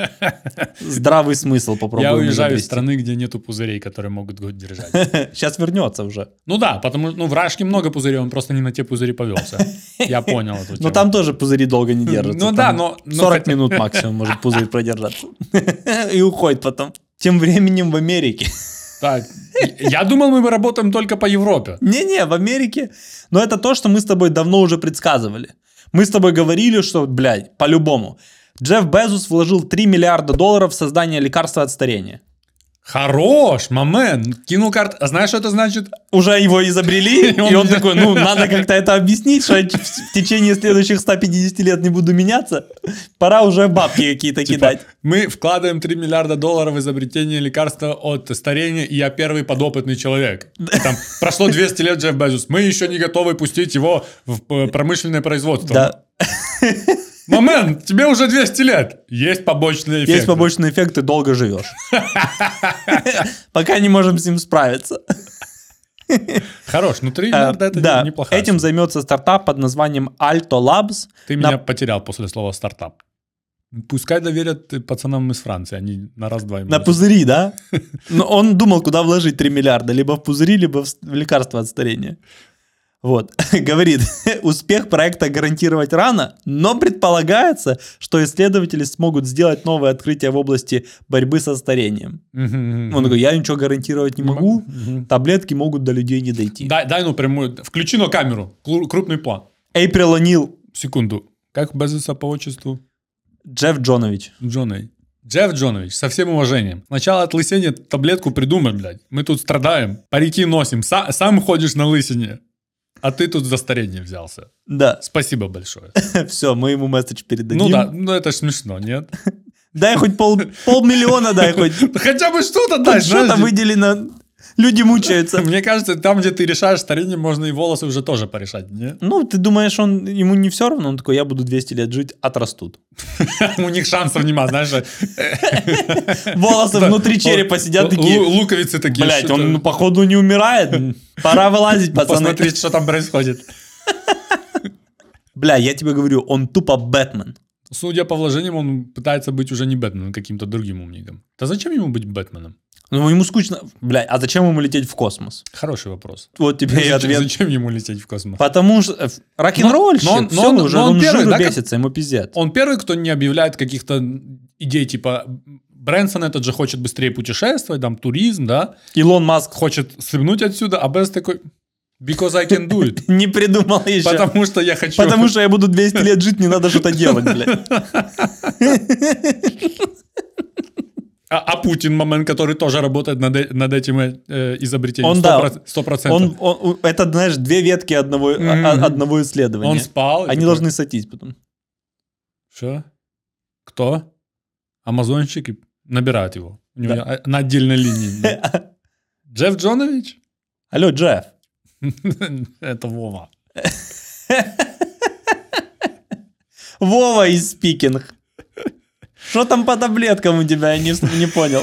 S2: Здравый смысл попробую.
S1: Я уезжаю из страны, где нету пузырей, которые могут год держать.
S2: Сейчас вернется уже.
S1: Ну да, потому что ну, в Рашке много пузырей, он просто не на те пузыри повелся. Я понял эту
S2: Но
S1: тему.
S2: Ну, там тоже пузыри долго не держатся.
S1: Ну да,
S2: Там
S1: но- но
S2: 40
S1: хотя-
S2: минут максимум может пузырь продержаться. И уходит потом. Тем временем в Америке.
S1: Так, я думал, мы работаем только по Европе.
S2: Не-не, в Америке. Но это то, что мы с тобой давно уже предсказывали. Мы с тобой говорили, что, блядь, по-любому. Джефф Безус вложил 3 миллиарда долларов в создание лекарства от старения.
S1: Хорош, мамен, кинул карт. А знаешь, что это значит?
S2: Уже его изобрели,
S1: И он
S2: и он
S1: не-
S2: такой, ну, надо как-то это объяснить, что я в в течение следующих 150 лет не буду меняться. Пора уже бабки какие-то
S1: Типа,
S2: кидать.
S1: Мы вкладываем 3 миллиарда долларов в изобретение лекарства от старения, и я первый подопытный человек. Там прошло 200 лет Джефф Безус. Мы еще не готовы пустить его в э, промышленное производство.
S2: Да.
S1: Момент, тебе уже 200 лет. Есть побочные эффекты.
S2: Есть побочный эффект, ты долго живешь. Пока не можем с ним справиться.
S1: Хорош, ну 3
S2: Э,
S1: миллиарда это
S2: Да,
S1: не- неплохая
S2: этим займется стартап под названием Alto Labs.
S1: Ты
S2: На-
S1: меня потерял после слова стартап. Пускай доверят э, пацанам из Франции, они на раз-два ему
S2: На
S1: раз-
S2: пузыри, да? Но он думал, куда вложить 3 миллиарда. Либо в пузыри, либо в с- в лекарства от старения. Вот. Говорит, успех проекта гарантировать рано, но предполагается, что исследователи смогут сделать новые открытия в области борьбы со старением.
S1: Мгм, мгм.
S2: Он такой, я ничего гарантировать не могу, Типа. таблетки могут до людей не дойти.
S1: Дай, дай ну прямую, включи на камеру, Клу- крупный план.
S2: Эйприл О'Нил,
S1: Секунду. Как Безоса по отчеству?
S2: Джефф Джонович.
S1: Джонович. Джефф Джонович, со всем уважением. Сначала от лысения таблетку придумай, блядь. Мы тут страдаем, парики носим, са- сам ходишь на лысине. А ты тут за старение взялся.
S2: Да,
S1: Спасибо большое.
S2: все, мы ему месседж передадим.
S1: Ну да, ну это ж смешно, нет?
S2: Дай хоть пол, полмиллиона, дай хоть.
S1: Хотя бы что-то
S2: Хоть
S1: дать,
S2: Что-то
S1: Ну знаешь,
S2: выделено. Люди мучаются.
S1: Мне кажется, там, где ты решаешь старение, можно и волосы уже тоже порешать, не?
S2: Ну, ты думаешь, он ему не все равно? Он такой, я буду 200 лет жить, отрастут.
S1: У них шансов нема, знаешь.
S2: Волосы внутри черепа сидят
S1: Лу- лу-
S2: такие.
S1: Луковицы такие.
S2: Блять,
S1: что-то.
S2: он ну, походу не умирает. Пора вылазить, пацаны.
S1: Посмотреть, что там происходит.
S2: Бля, я тебе говорю, он тупо Бэтмен.
S1: Судя по вложениям, он пытается быть уже не Бэтменом, а каким-то другим умником. Да зачем ему быть Бэтменом?
S2: Ну, ему скучно. Блядь, а зачем ему лететь в космос?
S1: Хороший вопрос.
S2: Вот тебе и
S1: Зачем-
S2: ответ.
S1: Зачем ему лететь в космос?
S2: Потому что э, рок-н-ролльщик,
S1: Но- но он-
S2: всё
S1: но он-
S2: уже,
S1: но он
S2: он,
S1: первый,
S2: жиру
S1: да, как-
S2: бесится, ему пиздец.
S1: Он первый, кто не объявляет каких-то идей, типа Брэнсон этот же хочет быстрее путешествовать, там туризм, да,
S2: Илон Маск
S1: хочет сыпнуть отсюда, а Бэз такой, because I can do it.
S2: не придумал еще.
S1: Потому что я хочу...
S2: Потому что я буду 200 лет жить, не надо что-то делать, блядь.
S1: А, а Путин момент, который тоже работает над, э- над этим э, э, изобретением.
S2: Он, да,
S1: 100%. 100%.
S2: Он, он- это, знаешь, две ветки одного,
S1: Мгм.
S2: а- одного исследования.
S1: Он спал. и
S2: Они
S1: такой,
S2: должны сойтись потом.
S1: Что? Кто? Амазонщики набирают его. У него
S2: Да.
S1: а- на отдельной линии. Джефф Джонович?
S2: Алло, Джефф.
S1: Это Вова.
S2: Вова из спикинг. Что там по таблеткам у тебя, я не, не понял.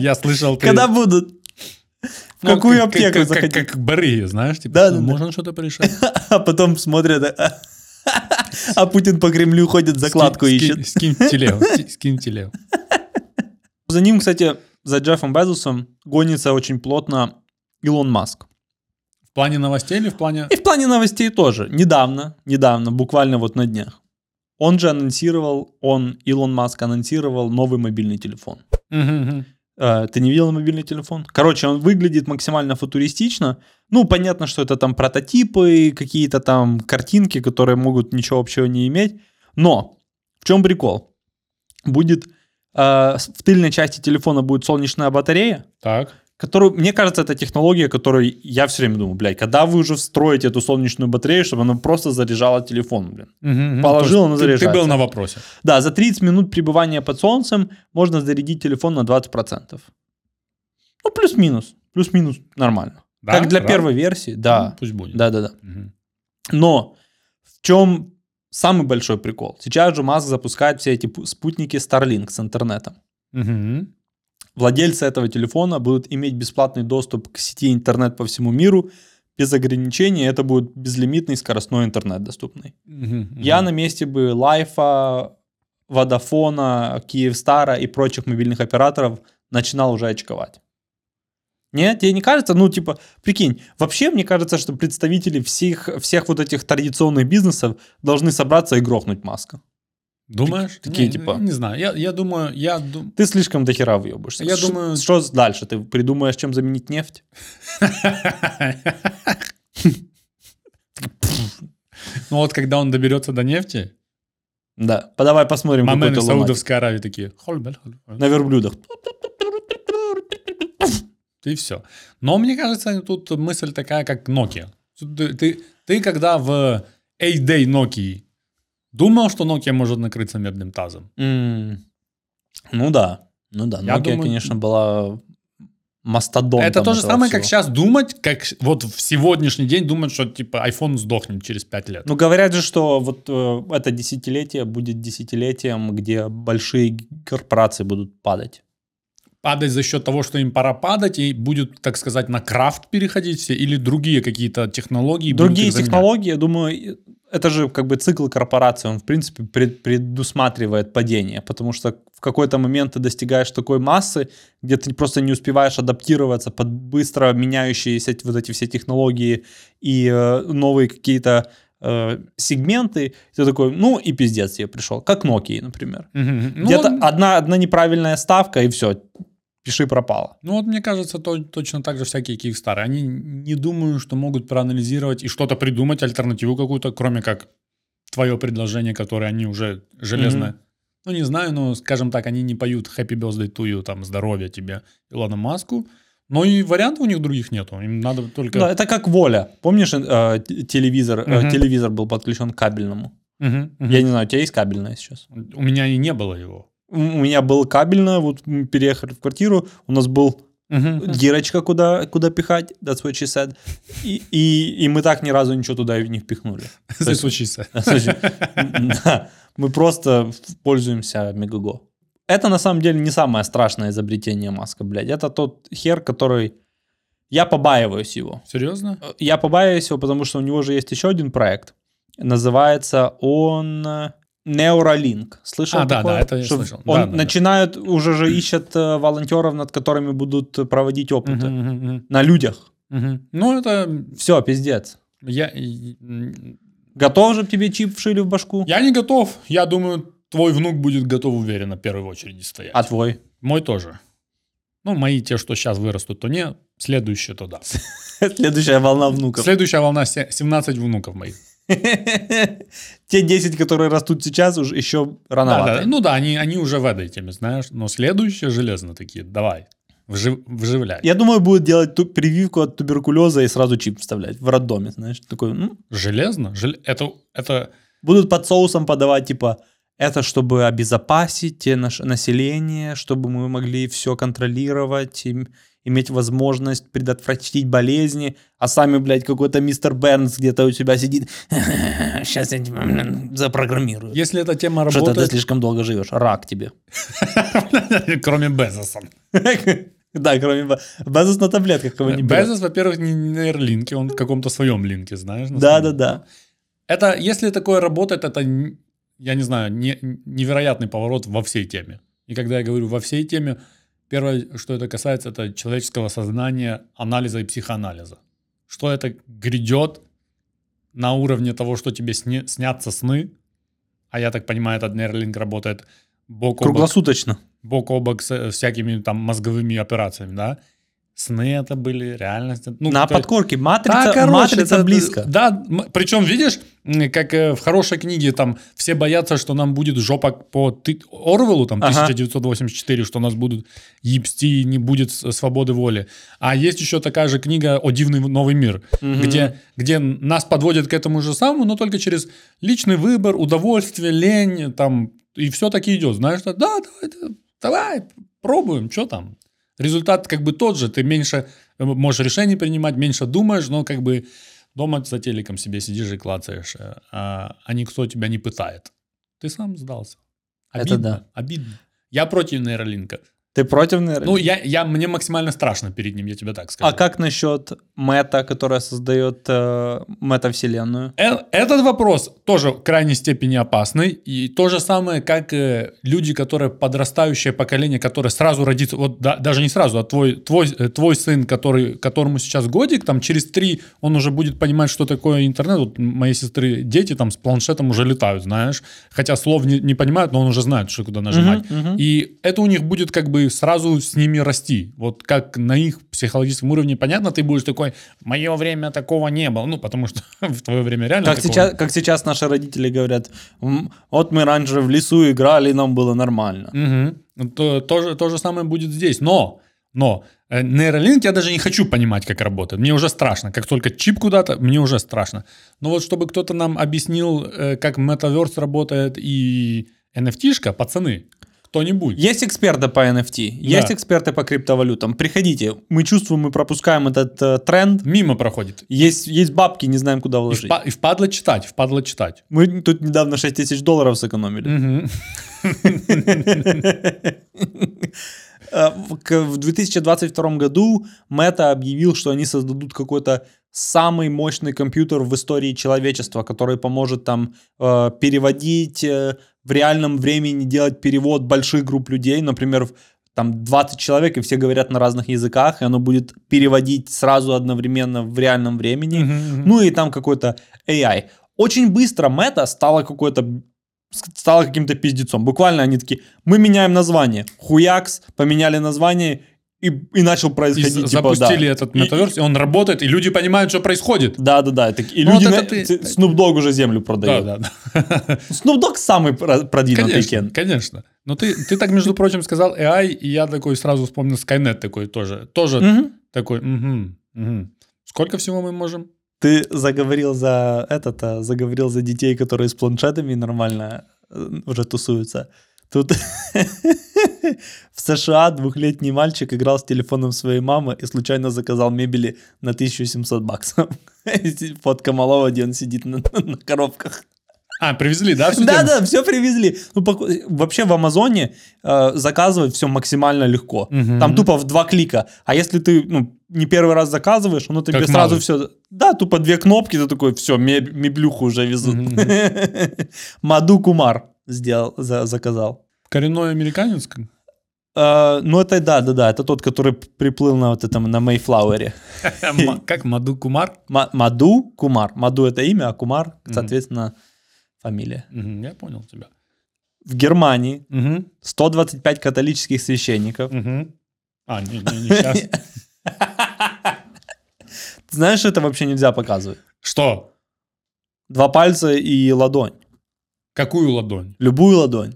S1: Я слышал, ты...
S2: Когда будут? В
S1: ну, как-
S2: какую
S1: как-
S2: аптеку
S1: как- как-
S2: заходить?
S1: Как барыги, знаешь? типа,
S2: Да,
S1: что,
S2: да, да.
S1: Можно что-то порешать?
S2: А потом смотрят, а- а Путин по Кремлю ходит, закладку
S1: Скинь- скинь-
S2: ищет.
S1: Скинь в телегу. ски- Скинь в телегу.
S2: За ним, кстати, за Джеффом Безосом гонится очень плотно Илон Маск.
S1: В плане новостей или в плане...
S2: И в плане новостей тоже. Недавно, недавно, буквально вот на днях. Он же анонсировал, он, Илон Маск, анонсировал новый мобильный телефон.
S1: Мгм, мгм.
S2: Э, Э, Ты не видел мобильный телефон? Короче, он выглядит максимально футуристично. Ну, понятно, что это там прототипы, какие-то там картинки, которые могут ничего общего не иметь. Но в чем прикол? Будет э, с- в тыльной части телефона будет солнечная батарея,
S1: Так.
S2: которую, мне кажется, это технология, которую я все время думаю, блядь, когда вы уже встроите эту солнечную батарею, чтобы она просто заряжала телефон, блин.
S1: Мгм, мгм.
S2: Положил,
S1: То
S2: оно
S1: есть ты, ты
S2: заряжается.
S1: был на вопросе.
S2: Да, за 30 минут пребывания под солнцем можно зарядить телефон на 20%. Ну, плюс-минус. Плюс-минус нормально.
S1: Да?
S2: как для
S1: Да?
S2: первой версии, да.
S1: Ну, Пусть будет.
S2: Да-да-да.
S1: Мгм.
S2: Но в чем самый большой прикол? Сейчас же Маск запускает все эти пу- спутники Starlink с интернетом.
S1: Мгм.
S2: Владельцы этого телефона будут иметь бесплатный доступ к сети интернет по всему миру без ограничений. Это будет безлимитный скоростной интернет доступный.
S1: Мгм, мгм.
S2: Я на месте бы Лайфа, Водофона, Киевстара и прочих мобильных операторов начинал уже очковать. Нет, тебе не кажется? Ну, типа, прикинь, вообще мне кажется, что представители всех, всех вот этих традиционных бизнесов должны собраться и грохнуть Маска.
S1: Думаешь?
S2: такие,
S1: Не,
S2: типа-
S1: Не знаю. Я, я думаю, я... дум-
S2: Ты слишком до хера въебаешься.
S1: Я
S2: Ш-
S1: думаю-
S2: Что с- дальше? Ты придумаешь, чем заменить нефть?
S1: Ну вот когда он доберется до нефти,
S2: Да. Подавай посмотрим, какой
S1: мамены
S2: ты лунатик.
S1: Саудовской Аравии такие, «Хольбель, хольбель».
S2: На верблюдах.
S1: и все. Но мне кажется, тут мысль такая, как Nokia. Тут Ты, ты, ты когда в A-Day Nokia думал, что Nokia может накрыться медным тазом?
S2: М, Ну да. Ну да.
S1: Я
S2: Nokia,
S1: думаю-
S2: конечно, была мастодонтом.
S1: Это то же
S2: этого
S1: самое, как
S2: всего.
S1: сейчас думать, как щ- вот в сегодняшний день думать, что типа iPhone сдохнет через 5 лет.
S2: Ну, говорят же, что вот э, это десятилетие будет десятилетием, где большие г- корпорации будут падать.
S1: падать за счет того, что им пора падать, и будет, так сказать, на крафт переходить все, или другие какие-то технологии. будут
S2: Другие
S1: их заменять?
S2: технологии, я думаю, и- это же как бы цикл корпорации, он, в принципе, пред- предусматривает падение, потому что в какой-то момент ты достигаешь такой массы, где ты просто не успеваешь адаптироваться под быстро меняющиеся вот эти все технологии и э, новые какие-то э, сегменты, ты такой, ну и пиздец я пришел, как Nokia, например.
S1: Мгм. Ну,
S2: Где-то
S1: вот,
S2: одна, одна неправильная ставка, и все, пиши пропало.
S1: ну вот мне кажется, то, точно так же всякие кикстары. Они не думаю, что могут проанализировать и что-то придумать, альтернативу какую-то, кроме как твое предложение, которое они уже железно...
S2: Мгм.
S1: Ну, не знаю, но, скажем так, они не поют «Happy Birthday to you», там, «Здоровья тебе», Илона Маску. Но и вариантов у них других нету. Им надо только...
S2: Да, это как воля. Помнишь, э, т- телевизор, э,
S1: Мгм.
S2: телевизор был подключен к кабельному?
S1: Мгм, мгм.
S2: Я не знаю, у тебя есть кабельное сейчас?
S1: У меня и не было его.
S2: М, У меня был кабельное, вот мы переехали в квартиру, у нас был дирочка, куда, куда пихать, that's what she said. И, и, и мы так ни разу ничего туда и не впихнули. То
S1: Здесь
S2: есть-
S1: случится.
S2: Да, слушай, да, Мы просто пользуемся Мегаго. Это на самом деле не самое страшное изобретение Маска, блядь. Это тот хер, который... Я побаиваюсь его.
S1: Серьезно?
S2: Э, Я побаиваюсь его, потому что у него же есть еще один проект. Называется он э, Neuralink. Слышал
S1: А, да,
S2: такое?
S1: да, это я
S2: Что
S1: слышал.
S2: Он
S1: Да, да, да.
S2: начинают, уже же ищет э, волонтеров, над которыми будут э, проводить опыты. На людях.
S1: Ну, это
S2: Все, пиздец.
S1: я, я
S2: Готов же тебе чип вшили в башку?
S1: не готов. Я думаю, твой внук будет готов уверенно в первой очереди стоять.
S2: А твой?
S1: Мой тоже. Ну, мои те, что сейчас вырастут, то не. Следующие, то да.
S2: Следующая волна внуков.
S1: Следующая волна се- 17 внуков моих.
S2: Те 10, которые растут сейчас, уже еще
S1: Да, да.
S2: рановато.
S1: Ну да, они, они уже в этой теме, знаешь. Но следующие железно такие, давай, вжи- вживляй.
S2: Я думаю, будет делать ту- прививку от туберкулеза и сразу чип вставлять в роддоме, знаешь, такой. м.
S1: Железно? Жел- Это, это...
S2: Будут под соусом подавать, типа, это чтобы обезопасить те наше население, чтобы мы могли все контролировать, им- иметь возможность предотвратить болезни, а сами, блядь, какой-то мистер Бернс где-то у себя сидит. Сейчас я тебя м, запрограммирую.
S1: Если эта тема
S2: Что-то ты
S1: работает...
S2: слишком долго живешь. Рак тебе.
S1: Кроме Безоса.
S2: Да, кроме Бе- Безос на таблетках кого не берет.
S1: Э, Безос, во-первых, не не на Эрлинке, он в каком-то своем линке, знаешь. на
S2: Да,
S1: самом
S2: да,
S1: деле.
S2: да.
S1: Это, если такое работает, это, н- я не знаю, не- невероятный поворот во всей теме. И когда я говорю во всей теме, первое, что это касается, это человеческого сознания, анализа и психоанализа. Что это грядет на уровне того, что тебе сни- снятся сны, а я так понимаю, этот нейролинк работает бок о бок
S2: Круглосуточно.
S1: бок о бок с э, всякими там мозговыми операциями, да. Сны это были, реальность. это- Ну,
S2: На
S1: какая-
S2: подкорке.
S1: Да,
S2: Матрица,
S1: короче,
S2: матрица
S1: это-
S2: близко.
S1: Да, м- причем, видишь, м, как э, в хорошей книге, там, все боятся, что нам будет жопа по ты- Орвелу, там,
S2: Ага.
S1: 1984, что нас будут ебсти, не будет с- свободы воли. А есть еще такая же книга «О дивный новый мир»,
S2: Мгм.
S1: где, где нас подводят к этому же самому, но только через личный выбор, удовольствие, лень, там, и все таки идет. Знаешь, да, да, давай, да, давай, пробуем, что там. Результат как бы тот же, ты меньше э, можешь решений принимать, меньше думаешь, но как бы дома за телеком себе сидишь и клацаешь, э, а, а никто тебя не пытает. Ты сам сдался.
S2: Это
S1: Обидно,
S2: да.
S1: обидно. Я против нейролинка.
S2: Ты против, наверное?
S1: Ну, я, я, мне максимально страшно перед ним, я тебе так скажу.
S2: а как насчет мета, которая создает э, мета-вселенную?
S1: Э- Этот вопрос тоже в крайней степени опасный. И то же самое, как э, люди, которые подрастающее поколение, которое сразу родится, вот да- даже не сразу, а твой, твой, э, твой сын, который, которому сейчас годик, там через три он уже будет понимать, что такое интернет. Вот моей сестры дети там с планшетом уже летают, знаешь. Хотя слов не, не понимают, но он уже знает, что куда нажимать.
S2: Мгм, мгм.
S1: И это у них будет как бы сразу с ними расти. Вот как на их психологическом уровне, понятно, ты будешь такой, мое время такого не было. Ну, потому что в твое время реально
S2: Как
S1: такого
S2: сейчас, как сейчас наши родители говорят, «М, вот мы раньше в лесу играли, и нам было нормально.
S1: Мгм. Ну, То, то же, то же самое будет здесь. Но, но э, нейролинк я даже не хочу понимать, как работает. Мне уже страшно. Как только чип куда-то, мне уже страшно. Но вот чтобы кто-то нам объяснил, э, как метаверс работает и NFT-шка, пацаны, кто-нибудь.
S2: Есть эксперты по NFT, есть
S1: Да.
S2: эксперты по криптовалютам. Приходите, мы чувствуем, мы пропускаем этот э, тренд.
S1: Мимо проходит.
S2: Есть, есть бабки, не знаем, куда
S1: И,
S2: вложить.
S1: впа- и впадло читать, впадло читать.
S2: Мы тут недавно 6 тысяч долларов сэкономили.
S1: Мгм.
S2: Э, В к- в 2022 году Мета объявил, что они создадут какой-то самый мощный компьютер в истории человечества, который поможет там э, переводить э, в реальном времени, делать перевод больших групп людей, например, в- там 20 человек, и все говорят на разных языках, и оно будет переводить сразу одновременно в реальном времени.
S1: Мгм.
S2: Ну и там какой-то AI. Очень быстро мета стала какой-то стала каким-то пиздецом. Буквально они такие, мы меняем название. Хуякс, поменяли название, и, и начал
S1: И
S2: происходить.
S1: за-
S2: типа, да.
S1: запустили этот
S2: И-
S1: метаверс, и он работает, и люди понимают, что происходит.
S2: Да-да-да. и так- И
S1: Ну,
S2: люди...
S1: вот
S2: на-
S1: это ты-
S2: т- Snoop Dogg уже землю продает.
S1: да, да.
S2: Snoop Dogg самый про- продвинутый
S1: Конечно,
S2: кен.
S1: конечно. Но ты, ты так, между прочим, сказал AI, и я такой сразу вспомнил Skynet такой тоже. Тоже
S2: Мгм.
S1: такой, мгм, мгм. Сколько всего мы можем?
S2: Ты заговорил за этот, а, заговорил за детей, которые с планшетами нормально э, уже тусуются. Тут в США двухлетний мальчик играл с телефоном своей мамы и случайно заказал мебели на 1700 баксов. Фотка малого, где он сидит на, на коробках.
S1: А, привезли, да? всю тему?
S2: Да-да, все привезли. Ну, пок- вообще в Амазоне э, заказывать все максимально легко.
S1: Мгм.
S2: Там тупо в два клика. А если ты ну, не первый раз заказываешь, оно тебе
S1: Как
S2: сразу
S1: мало.
S2: все... Да, тупо две кнопки, ты такой, все, меблюху уже везут. Маду Кумар сделал, за- заказал.
S1: Коренной американец? как?
S2: Э, ну, это да-да-да, это тот, который п- приплыл на вот этом, на Мейфлауэре.
S1: М- Как Маду Кумар?
S2: Ма- Маду Кумар. Маду это имя, а Кумар,
S1: Мгм.
S2: соответственно, фамилия.
S1: Мгм, Я понял тебя.
S2: В Германии
S1: Мгм,
S2: 125 католических священников.
S1: мгм. А, не, не, не, сейчас.
S2: Ты Знаешь, это вообще нельзя показывать.
S1: Что?
S2: Два пальца и ладонь.
S1: Какую ладонь?
S2: Любую ладонь.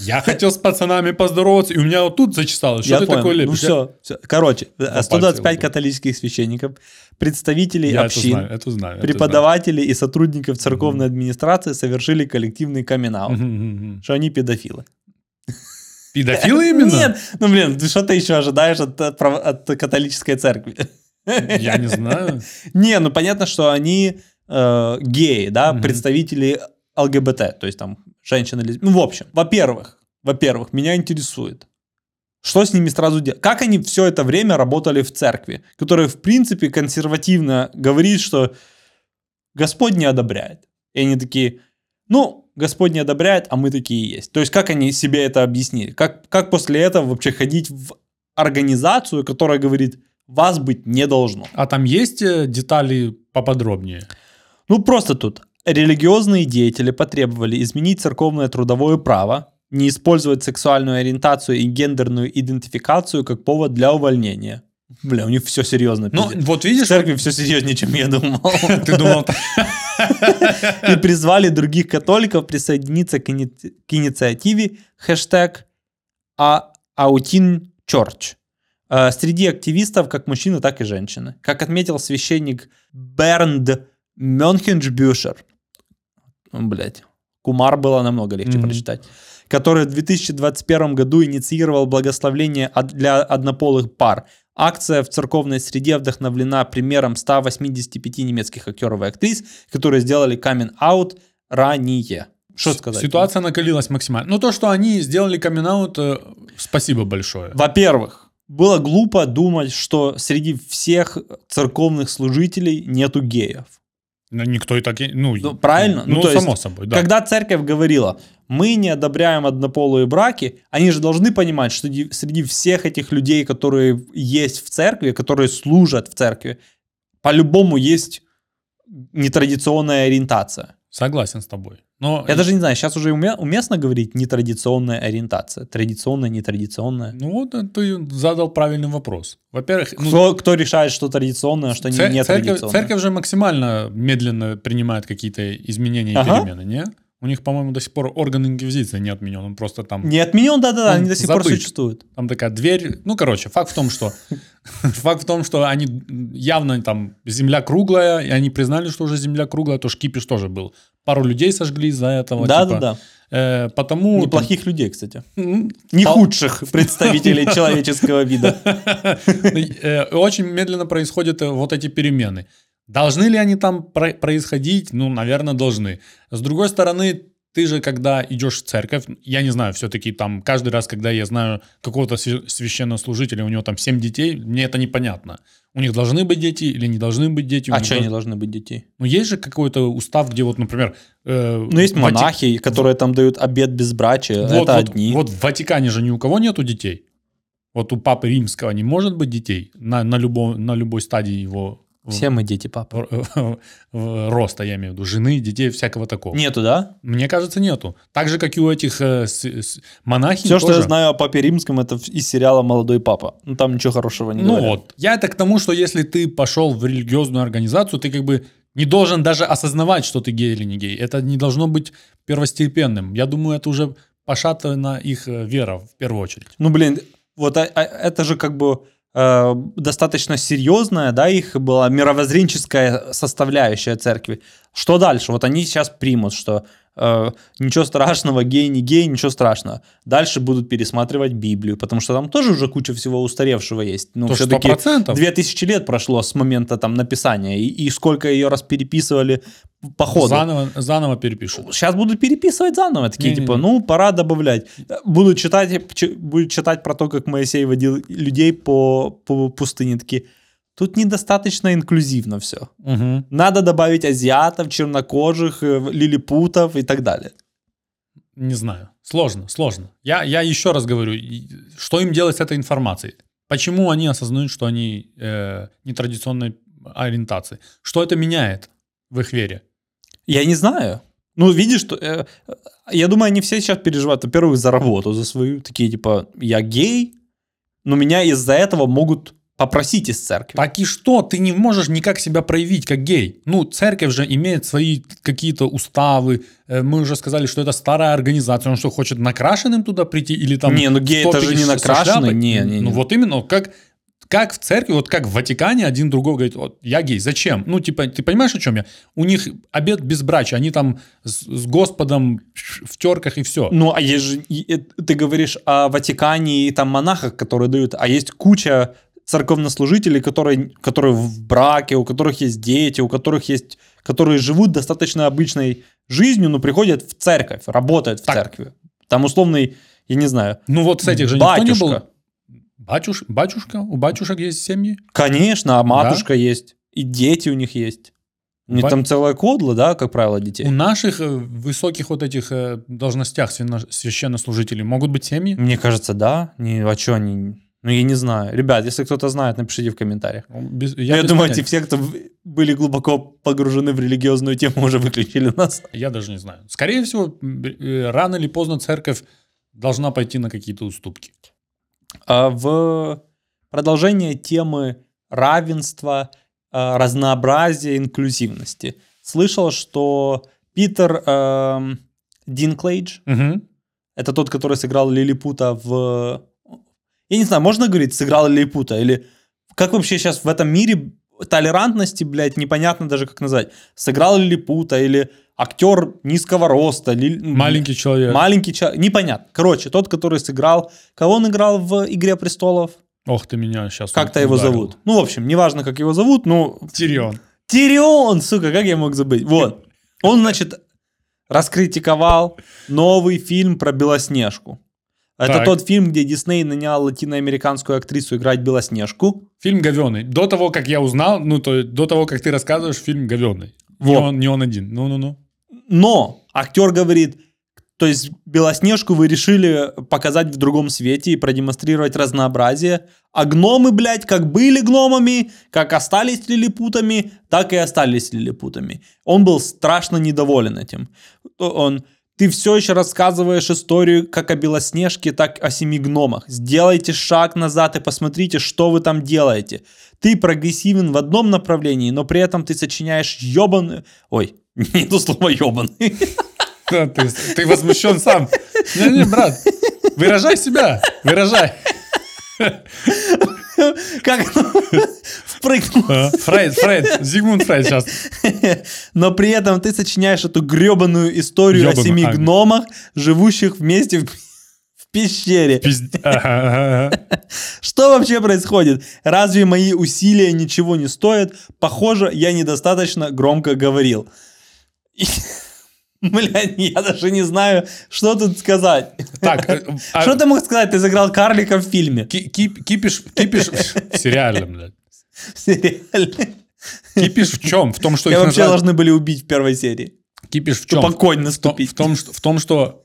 S1: Я хотел с пацанами поздороваться, и у меня вот тут зачесалось. Что
S2: Я
S1: ты
S2: понял.
S1: такой лепишь?
S2: Ну все, Короче,
S1: пальца и
S2: 125
S1: ладонь.
S2: католических священников, представителей
S1: Я это
S2: общин,
S1: знаю, это знаю. это
S2: преподавателей и сотрудников церковной администрации совершили коллективный камин
S1: знаю. Мгм, мгм, мгм.
S2: что они педофилы.
S1: Педофилы именно?
S2: Нет, ну блин, ты что ты еще ожидаешь от, э, прав- от католической церкви?
S1: Я не знаю.
S2: Не, ну понятно, что они э, геи, да,
S1: Мгм.
S2: представители ЛГБТ, то есть там женщины, лесб- ну в общем, во-первых, во-первых, меня интересует, что с ними сразу делать, как они все это время работали в церкви, которая в принципе консервативно говорит, что Господь не одобряет, и они такие, ну Господь не одобряет, а мы такие и есть, то есть как они себе это объяснили, как как после этого вообще ходить в организацию, которая говорит вас быть не должно.
S1: А там есть э, детали поподробнее?
S2: Ну просто тут религиозные деятели потребовали изменить церковное трудовое право, не использовать сексуальную ориентацию и гендерную идентификацию как повод для увольнения. Бля, у них все серьезно.
S1: Ну,
S2: пиздец.
S1: вот
S2: в
S1: видишь,
S2: церкви все серьезнее, чем я думал.
S1: ты думал,
S2: И призвали других католиков присоединиться к, ини- к инициативе хэштег а- Аутин Church. Э, Среди активистов как мужчины, так и женщины. Как отметил священник Бернд Мюнхеншбюшер, блять, Ну, Кумар было намного легче
S1: Мгм.
S2: прочитать, который в 2021 году инициировал благословление от- для однополых пар. Акция в церковной среде вдохновлена примером 185 немецких актеров и актрис, которые сделали камин-аут ранее. Что сказать?
S1: ситуация накалилась максимально. Ну, то, что они сделали камин-аут, э, спасибо большое.
S2: Во-первых, было глупо думать, что среди всех церковных служителей нету геев.
S1: Ну, Никто и так... и- Ну,
S2: Ну, правильно.
S1: Ну,
S2: Ну, то есть,
S1: само собой, да.
S2: Когда церковь говорила, мы не одобряем однополые браки, они же должны понимать, что ди- среди всех этих людей, которые есть в церкви, которые служат в церкви, по-любому есть нетрадиционная ориентация.
S1: Согласен с тобой. Но
S2: Я даже не знаю, сейчас уже уме- уместно говорить нетрадиционная ориентация. Традиционная, нетрадиционная.
S1: Ну вот э, ты задал правильный вопрос. Во-первых, ну,
S2: Кто, кто решает, что традиционное, а что не
S1: цер- церковь,
S2: нетрадиционное?
S1: церковь же максимально медленно принимает какие-то изменения
S2: Ага.
S1: и перемены, не? У них, по-моему, до сих пор орган инквизиции не отменен. Он просто там,
S2: Не отменен, да-да-да,
S1: Он
S2: они до сих пор
S1: Ну, забыт.
S2: существуют.
S1: там такая дверь. Ну, короче, факт в том, что факт в том, что они явно там земля круглая, и они признали, что уже земля круглая, а то ж кипиш тоже был. Пару людей сожгли из-за этого. типа.
S2: Да-да-да.
S1: Э, потому
S2: Неплохих людей, кстати.
S1: М,
S2: Не
S1: Пол-
S2: худших представителей человеческого вида.
S1: Э, Очень медленно происходят э, вот эти перемены. Должны ли они там про- происходить? Ну, наверное, должны. С другой стороны, ты же, когда идешь в церковь, я не знаю, все-таки там каждый раз, когда я знаю какого-то свя- священнослужителя, у него там семь детей, мне это непонятно. У них должны быть дети или не должны быть дети? У
S2: А
S1: них
S2: что
S1: дол-
S2: они должны быть детей?
S1: Ну, есть же какой-то устав, где вот, например... э,
S2: Ну, есть монахи, которые там дают обед безбрачия,
S1: Вот,
S2: Э, это
S1: вот-
S2: одни.
S1: Вот в Ватикане же ни у кого нету детей. Вот у папы римского не может быть детей на, на, любом, на любой стадии его э,
S2: Все мы дети, папа.
S1: э, э, роста, я имею в виду, жены, детей, всякого такого.
S2: Нету, да?
S1: Мне кажется, нету. Так же, как и у этих э, с- с- монахинь
S2: Все, что
S1: тоже.
S2: я знаю о папе римском, это в- из сериала «Молодой папа». Ну, там ничего хорошего не
S1: Ну
S2: говорят.
S1: вот. Я это к тому, что если ты пошел в религиозную организацию, ты как бы не должен даже осознавать, что ты гей или не гей. Это не должно быть первостепенным. Я думаю, это уже пошатана их э, вера в первую очередь.
S2: Ну, блин, вот а- а- это же как бы э, достаточно серьезная, да, их была мировоззренческая составляющая церкви. Что дальше? Вот они сейчас примут, что э, ничего страшного, гей не гей, ничего страшного. Дальше будут пересматривать Библию, потому что там тоже уже куча всего устаревшего есть. Ну,
S1: То что
S2: все-таки
S1: 100%.
S2: две тысячи лет прошло с момента там написания, и, и сколько ее раз переписывали по ходу.
S1: Заново, заново перепишут.
S2: Сейчас будут переписывать заново, такие
S1: Не-не-не.
S2: типа, ну пора добавлять. Буду читать, ч- буду читать про то, как Моисей водил людей по, по пустыне, такие. Тут недостаточно инклюзивно все.
S1: Мгм.
S2: Надо добавить азиатов, чернокожих, э, лилипутов и так далее.
S1: Не знаю. Сложно, сложно. Я, я еще раз говорю, и- что им делать с этой информацией? Почему они осознают, что они э, нетрадиционной ориентации? Что это меняет в их вере?
S2: Я не знаю. Ну, видишь, что, э, э, я думаю, они все сейчас переживают, во-первых, за работу, за свою. Такие типа, я гей, но меня из-за этого могут попросить из церкви.
S1: Так и что? Ты не можешь никак себя проявить как гей. Ну, церковь же имеет свои какие-то уставы. Э, Мы уже сказали, что это старая организация. Он что, хочет накрашенным туда прийти? Или там
S2: не, ну гей это же не
S1: Топишь со
S2: накрашено.
S1: шляпой?
S2: Не, не, не.
S1: Ну вот именно, как, как в церкви, вот как в Ватикане один другого говорит, «Вот я гей, зачем? Ну типа, ты понимаешь, о чем я? У них обед безбрачия, они там с, с Господом в терках и все.
S2: Ну, а есть же, и- э, ты говоришь о Ватикане и там монахах, которые дают, а есть куча церковнослужителей, которые, которые в браке, у которых есть дети, у которых есть, которые живут достаточно обычной жизнью, но приходят в церковь, работают в
S1: Так.
S2: церкви. Там условный, я не знаю,
S1: Ну вот с этих же никто не
S2: батюшка.
S1: был. Батюш, батюшка? У батюшек есть семьи?
S2: конечно, а матушка есть, и дети у них есть. У них
S1: Ба-
S2: там целая кодла, да, как правило, детей.
S1: У наших э, высоких вот этих э, должностях свяно- священнослужителей могут быть семьи?
S2: Мне кажется, да. Не, а что они... Ну, я не знаю. Ребят, если кто-то знает, напишите в комментариях.
S1: Ну, Без-
S2: Я,
S1: без
S2: думаю,
S1: понятия.
S2: эти все, кто в- были глубоко погружены в религиозную тему, уже выключили нас.
S1: Я даже не знаю. Скорее всего, м, э, рано или поздно церковь должна пойти на какие-то уступки.
S2: А В продолжение темы равенства, а, разнообразия, инклюзивности. Слышал, что Питер эм, Динклейдж,
S1: Мгм.
S2: это тот, который сыграл Лилипута в... Я не знаю, можно говорить, сыграл Лилипута? Или как вообще сейчас в этом мире толерантности, блядь, непонятно даже как назвать. Сыграл Лилипута или актер низкого роста. лил-
S1: Маленький человек.
S2: Маленький человек, непонятно. Короче, тот, который сыграл, кого он играл в «Игре престолов»,
S1: Ох ты меня сейчас.
S2: как-то его зовут. Ну, в общем, неважно, как его зовут, но...
S1: Тирион.
S2: Тирион, сука, как я мог забыть? Вот. Он, значит, раскритиковал новый фильм про Белоснежку. Это
S1: Так.
S2: тот фильм, где Дисней нанял латиноамериканскую актрису играть Белоснежку.
S1: Фильм говёный. До того, как я узнал, ну, то есть до того, как ты рассказываешь, фильм говёный. Не,
S2: Вот.
S1: он, не он один. Ну-ну-ну.
S2: Но актер говорит, то есть Белоснежку вы решили показать в другом свете и продемонстрировать разнообразие. А гномы, блядь, как были гномами, как остались лилипутами, так и остались лилипутами. Он был страшно недоволен этим. То Он, ты все еще рассказываешь историю как о Белоснежке, так о семи гномах. Сделайте шаг назад и посмотрите, что вы там делаете. Ты прогрессивен в одном направлении, но при этом ты сочиняешь ебаную... Ой, нету слова ебаный.
S1: Да, Ты, ты возмущен сам. Не-не, брат, выражай себя, выражай.
S2: Как оно впрыгнул.
S1: А, Фрейд, Фрейд, Зигмунд Фрейд сейчас.
S2: Но при этом ты сочиняешь эту гребаную историю о
S1: Ёбаную,
S2: семи
S1: а.
S2: гномах, живущих вместе в, в пещере.
S1: Пизд... Ага, ага.
S2: Что вообще происходит? Разве мои усилия ничего не стоят? Похоже, я недостаточно громко говорил. И, Блядь, я даже не знаю, что тут сказать.
S1: Так, э, а
S2: Что ты мог сказать? Ты сыграл карлика в фильме.
S1: ки- кип- кипиш, кипиш в сериале, блядь.
S2: В сериале.
S1: Кипиш в чем? В том, что
S2: Я
S1: их
S2: вообще
S1: назад-
S2: должны были убить в первой серии.
S1: Кипиш в чем?
S2: Чтобы конь
S1: В том,
S2: наступить.
S1: в том, что, в том, что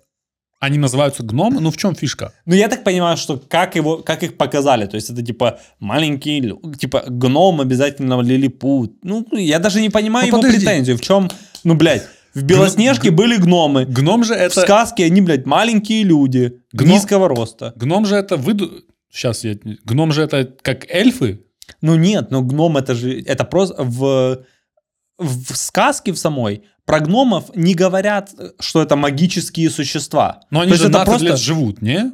S1: они называются гномы, ну в чем фишка?
S2: Ну, я так понимаю, что как, его, как их показали, то есть это типа маленький, лю- типа гном обязательно лилипут. Ну, я даже не понимаю
S1: Ну,
S2: его
S1: подожди.
S2: претензию. В чем, ну, блядь, в Белоснежке были гномы,
S1: Гном же
S2: в
S1: это...
S2: сказке они, блядь, маленькие люди,
S1: Гно-
S2: низкого роста.
S1: Гном же это выду... Сейчас я... Гном же это как эльфы?
S2: Ну, нет, ну, гном это же, это просто в, в сказке в самой про гномов не говорят, э, что это магические существа.
S1: Но
S2: То
S1: они
S2: есть
S1: же
S2: это
S1: 12
S2: просто-
S1: лет живут, не?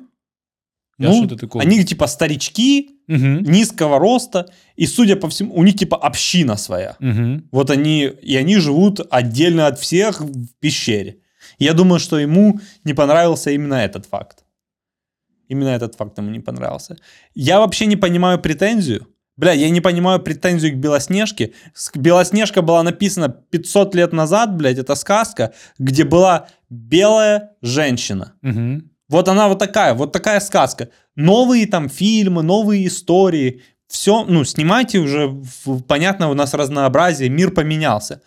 S1: Я
S2: ну,
S1: что-то такое-
S2: они типа старички,
S1: Мгм.
S2: низкого роста, и, судя по всему, у них типа община своя.
S1: Мгм.
S2: Вот они, и они живут отдельно от всех в пещере. Я думаю, что ему не понравился именно этот факт. Именно этот факт ему не понравился. Я вообще не понимаю претензию. Бля, я не понимаю претензию к Белоснежке. С- Белоснежка была написана 500 лет назад, блядь, это сказка, где была белая женщина.
S1: Мгм.
S2: Вот она вот такая, вот такая сказка. Новые там фильмы, новые истории. Все, ну, снимайте уже, в- понятно, у нас разнообразие, мир поменялся.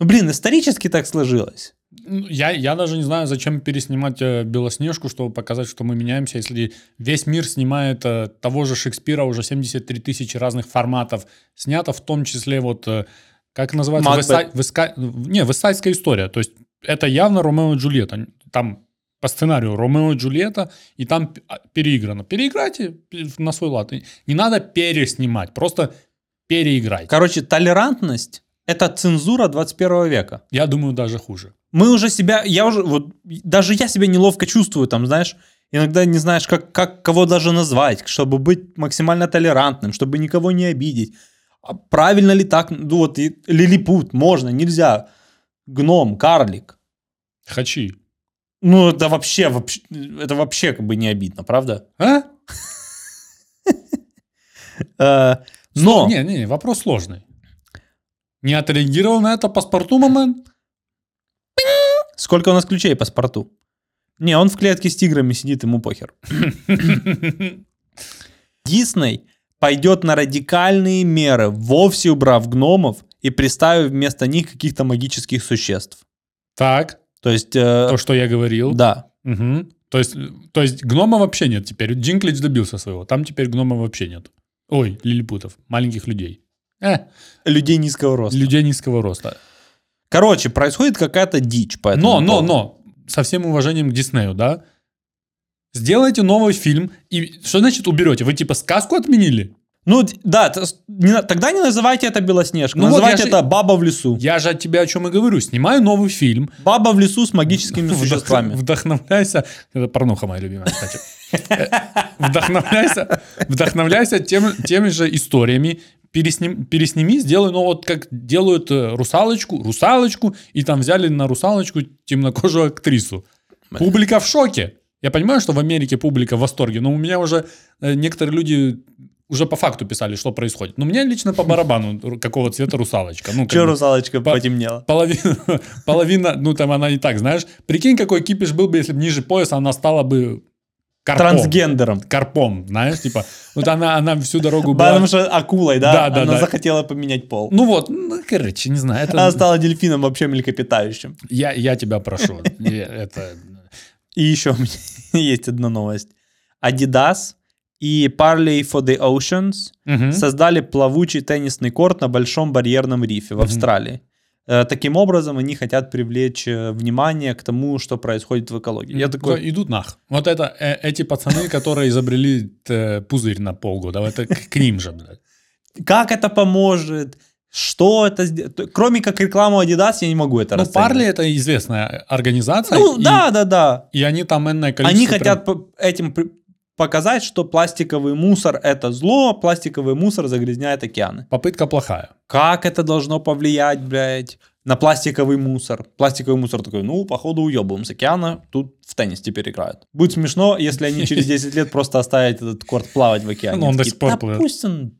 S2: Ну, блин, исторически так сложилось.
S1: Ну, Я, я даже не знаю, зачем переснимать э, Белоснежку, чтобы показать, что мы меняемся, если весь мир снимает э, того же Шекспира уже 73 тысячи разных форматов снято, в том числе вот, э, как называется,
S2: Макбет.
S1: Вестсай- Вестка- не, Вестсайдская история. То есть это явно Ромео и Джульетта. Там по сценарию Ромео и Джульетта, и там п- а, переиграно. Переиграйте пе- на свой лад. И Не надо переснимать, просто переиграйте.
S2: Короче, толерантность – это цензура 21 века.
S1: Я думаю, даже хуже.
S2: Мы уже себя, я уже, вот, даже я себя неловко чувствую, там, знаешь, иногда не знаешь, как, как кого даже назвать, чтобы быть максимально толерантным, чтобы никого не обидеть. А правильно ли так? Ну, вот, и лилипут, можно, нельзя. Гном, карлик.
S1: Хачи.
S2: Ну, это вообще, вообще, это вообще как бы не обидно, правда?
S1: А?
S2: Э, Но,
S1: Не, не, не, вопрос сложный. Не отреагировал на это паспорту момент?
S2: сколько у нас ключей по спорту? Не, он в клетке с тиграми сидит, ему похер. Дисней пойдет на радикальные меры, вовсе убрав гномов и приставив вместо них каких-то магических существ.
S1: Так,
S2: То есть, э,
S1: то, что я говорил.
S2: да.
S1: Мгм. То есть, то есть гнома вообще нет теперь. Джинклич добился своего. Там теперь гнома вообще нет. Ой, лилипутов, маленьких людей. Э,
S2: Людей низкого роста.
S1: людей низкого роста.
S2: Короче, происходит какая-то дичь. по этому
S1: Но, но,
S2: поводу.
S1: но, со всем уважением к Диснею, да, Сделайте новый фильм. И что значит уберете? Вы типа сказку отменили?
S2: Ну, д- да, т- с- не на- тогда не называйте это Белоснежка.
S1: Ну вот
S2: называйте
S1: я же-
S2: это Баба в лесу.
S1: Я же от тебя о чем и говорю. Снимаю новый фильм.
S2: Баба в лесу с магическими
S1: Вдох-
S2: существами.
S1: Вдохновляйся. Это порнуха моя любимая, кстати. Э, Вдохновляйся, вдохновляйся тем, теми же историями. Пересним- пересними, сделай, ну вот как делают э, русалочку, русалочку, и там взяли на русалочку темнокожую актрису. Публика в шоке. Я понимаю, что в Америке публика в восторге, но у меня уже э, некоторые люди уже по факту писали, что происходит. Но мне лично по барабану, ру- какого цвета русалочка. Ну, как
S2: Че
S1: бы-
S2: русалочка
S1: Ба-
S2: потемнела?
S1: Половина, половина, ну там она и так, знаешь. Прикинь, какой кипиш был бы, если бы ниже пояса она стала бы карпом.
S2: Трансгендером.
S1: Карпом, знаешь, типа. Вот она, она всю дорогу была...
S2: Потому что акулой, да?
S1: Да, да,
S2: Она
S1: да.
S2: захотела поменять пол.
S1: Ну вот, ну, короче, не знаю. Это...
S2: Она стала дельфином вообще млекопитающим.
S1: Я, я тебя прошу. Я- Это...
S2: И еще у меня есть одна новость. Adidas и Parley for the Oceans
S1: Мгм.
S2: создали плавучий теннисный корт на большом барьерном рифе в
S1: Мгм.
S2: Австралии. Э, Таким образом, они хотят привлечь э, внимание к тому, что происходит в экологии. Я
S1: Ну,
S2: такой,
S1: Идут нах. Вот это э, эти пацаны, которые изобрели э, пузырь на полгода. Это к к ним же, блядь. Ну,
S2: как это поможет? Что это? сде- То- Кроме как рекламу Adidas, я не могу это
S1: Ну,
S2: расценивать.
S1: Парли это известная организация.
S2: Ну,
S1: и-
S2: да, да, да.
S1: И они там энное количество...
S2: Они
S1: прям-
S2: хотят по- этим при- показать, что пластиковый мусор это зло, пластиковый мусор загрязняет океаны.
S1: Попытка плохая.
S2: Как это должно повлиять, блядь, на пластиковый мусор? Пластиковый мусор такой, ну, походу, уебываем с океана, тут в теннис теперь играют. Будет смешно, если они через 10 лет просто оставят этот корт плавать в океане.
S1: Ну, он до
S2: Такие,
S1: сих пор
S2: «Да
S1: плывет».
S2: пусть он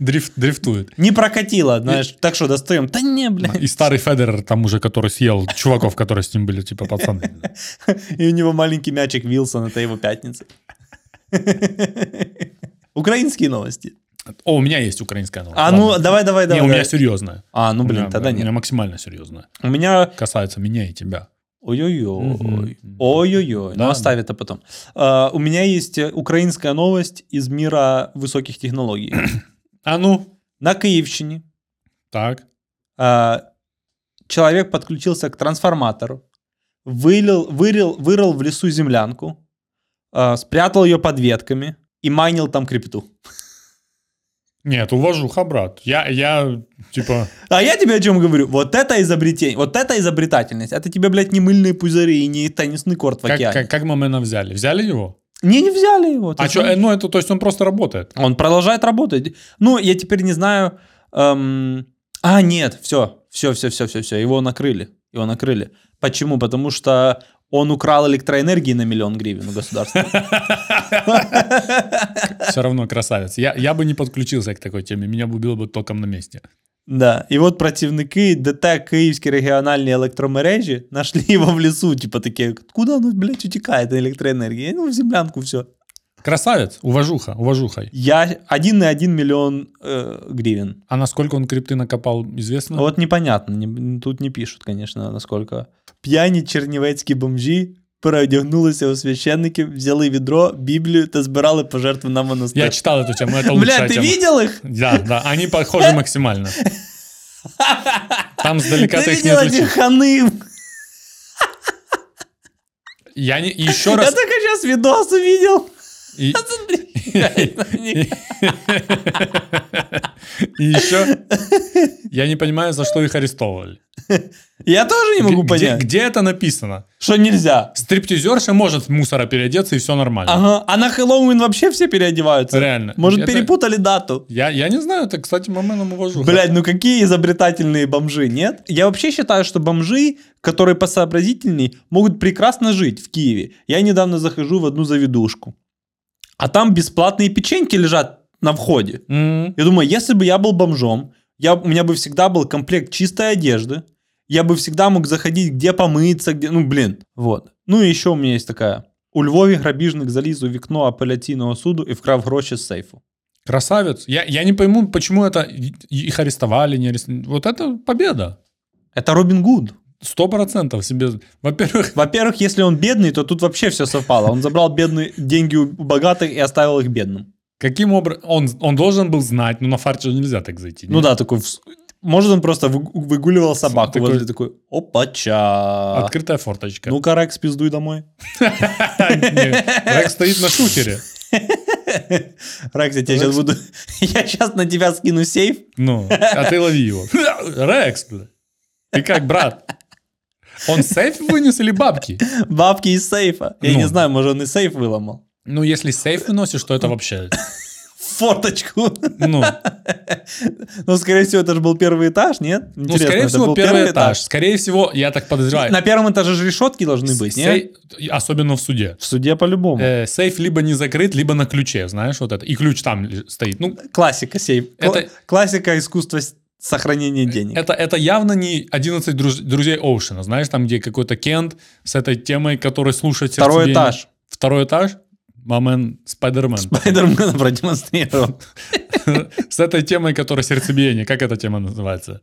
S1: Дрифт, дрифтует.
S2: не прокатило, знаешь, так что достаем. Да не, блядь.
S1: И старый Федерер там уже, который съел чуваков, которые с ним были, типа, пацаны.
S2: И у него маленький мячик Вилсон, это его пятница. Украинские новости.
S1: О, у меня есть украинская новость.
S2: А ну, давай, давай,
S1: Не,
S2: давай.
S1: у меня
S2: давай.
S1: серьезная.
S2: А, ну, блин,
S1: У меня-
S2: тогда
S1: У меня
S2: нет.
S1: максимально серьезная.
S2: У меня...
S1: Касается меня и тебя.
S2: Ой-ой-ой.
S1: Мгм.
S2: Ой-ой-ой. Ну,
S1: Да,
S2: оставь это потом. А, У меня есть э, украинская новость из мира высоких технологий.
S1: А ну,
S2: На Киевщине
S1: так.
S2: а, человек подключился к трансформатору, вылил, вырыл, вырыл в лесу землянку, а, спрятал ее под ветками и майнил там крипту.
S1: Нет, уважуха, брат. Я, я, типа,
S2: А я тебе о чем говорю? Вот это изобретение, вот это изобретательность. Это тебе, блядь, не мыльные пузыри и не теннисный корт в
S1: как,
S2: океане.
S1: как, как Мамена взяли? Взяли его?
S2: Не, не взяли его. ты
S1: А
S2: что?
S1: что, ну, это, то есть он просто работает.
S2: Он продолжает работать. Ну, я теперь не знаю. эм, А, нет, все, все, все, все, все, все. Его накрыли. Его накрыли. Почему? Потому что он украл электроэнергии на миллион гривен у государства.
S1: Все равно красавец. Я, я бы не подключился к такой теме. Меня бы убило бы током на месте.
S2: Да. І от працівники ДТ Київські регіональні електромережі нашли його в лісу. Типа таке, откуда воно, блядь, утікає на електроенергії? Ну, в землянку все.
S1: Красавец, уважуха, уважухой.
S2: Я один на один миллион э, гривен.
S1: А насколько он крипты накопал, известно?
S2: Вот непонятно, не- тут не пишут, конечно, насколько. П'яні чернівецькі бомжі переодягнулися у священників, взяли відро, Біблію та збирали пожертви на монастир.
S1: Я читал эту тему, это лучшая
S2: Бля, ти
S1: тема.
S2: видел їх?
S1: Да, да, они похожи максимально. Там сдалека
S2: Ти
S1: ты их не
S2: видел этих
S1: отличишь.
S2: ханим?
S1: Я не, еще
S2: Я
S1: раз...
S2: только сейчас видос увидел.
S1: И,
S2: Смотри.
S1: и еще... Я не понимаю, за что их арестовывали.
S2: Я тоже не
S1: Г-
S2: могу
S1: где,
S2: понять,
S1: где это написано?
S2: что нельзя.
S1: Стриптизерша может в мусора переодеться, и все нормально.
S2: Ага, а на Хэллоуин вообще все переодеваются.
S1: Реально.
S2: Может,
S1: Это-
S2: перепутали дату.
S1: Я, я не знаю, это, кстати, Маменом увожу.
S2: Блять, ну какие изобретательные бомжи, нет? Я вообще считаю, что бомжи, которые посообразительней, могут прекрасно жить в Киеве. Я недавно захожу в одну заведушку, а там бесплатные печеньки лежат на входе.
S1: М,
S2: Я думаю, если бы я был бомжом, я, у меня бы всегда был комплект чистой одежды, я бы всегда мог заходить, где помыться, где... Ну, блин, вот. Ну, и еще у меня есть такая. У Львові грабіжник заліз у вікно апеляційного суду і вкрав гроші з сейфу.
S1: Красавец. Я, я не пойму, почему это и- их арестовали, не арестовали. Вот это победа.
S2: Это Робин Гуд.
S1: Сто процентов себе. Во-первых,
S2: Во-первых, если он бедный, то тут вообще все совпало. Он забрал бедные деньги у богатых и оставил их бедным.
S1: Каким образом? Он, он должен был знать, но на фарт же нельзя так зайти.
S2: Ну
S1: нет?
S2: да, такой... вс- Может, он просто вы- выгуливал собаку
S1: Такой-
S2: возле такой, опача.
S1: Открытая форточка.
S2: Ну-ка, Рекс, пиздуй домой.
S1: Не, Рекс стоит на шутере.
S2: Рекс, я тебя сейчас
S1: Рекс.
S2: буду... Я сейчас на тебя скину сейф.
S1: Ну, а ты лови его. Рекс, бля. Ты как, брат? Он сейф вынес или бабки?
S2: Бабки из сейфа. Я
S1: Ну.
S2: не знаю, может, он и сейф выломал.
S1: Ну, если сейф выносишь, то это вообще...
S2: Форточку.
S1: Ну,
S2: Ну, скорее всего, это же был первый этаж, нет?
S1: ну,
S2: Интересно,
S1: скорее
S2: это
S1: всего,
S2: был
S1: первый этаж. Скорее всего, я так подозреваю.
S2: На первом этаже же решетки должны быть, нет?
S1: Сей- Особенно в суде.
S2: В суде по-любому.
S1: Э, сейф либо не закрыт, либо на ключе, знаешь, вот это. И ключ там ли- стоит. Ну,
S2: Классика сейф. Кла-
S1: Это-
S2: Классика искусства с- сохранения денег.
S1: это, это явно не 11 друз- друзей Оушена, знаешь, там, где какой-то Кент с этой темой, который слушает
S2: Второй
S1: сердцебиение.
S2: этаж.
S1: Второй этаж? Мамен Спайдермен.
S2: Спайдермена продемонстрировал.
S1: С этой темой, которая сердцебиение. Как эта тема называется?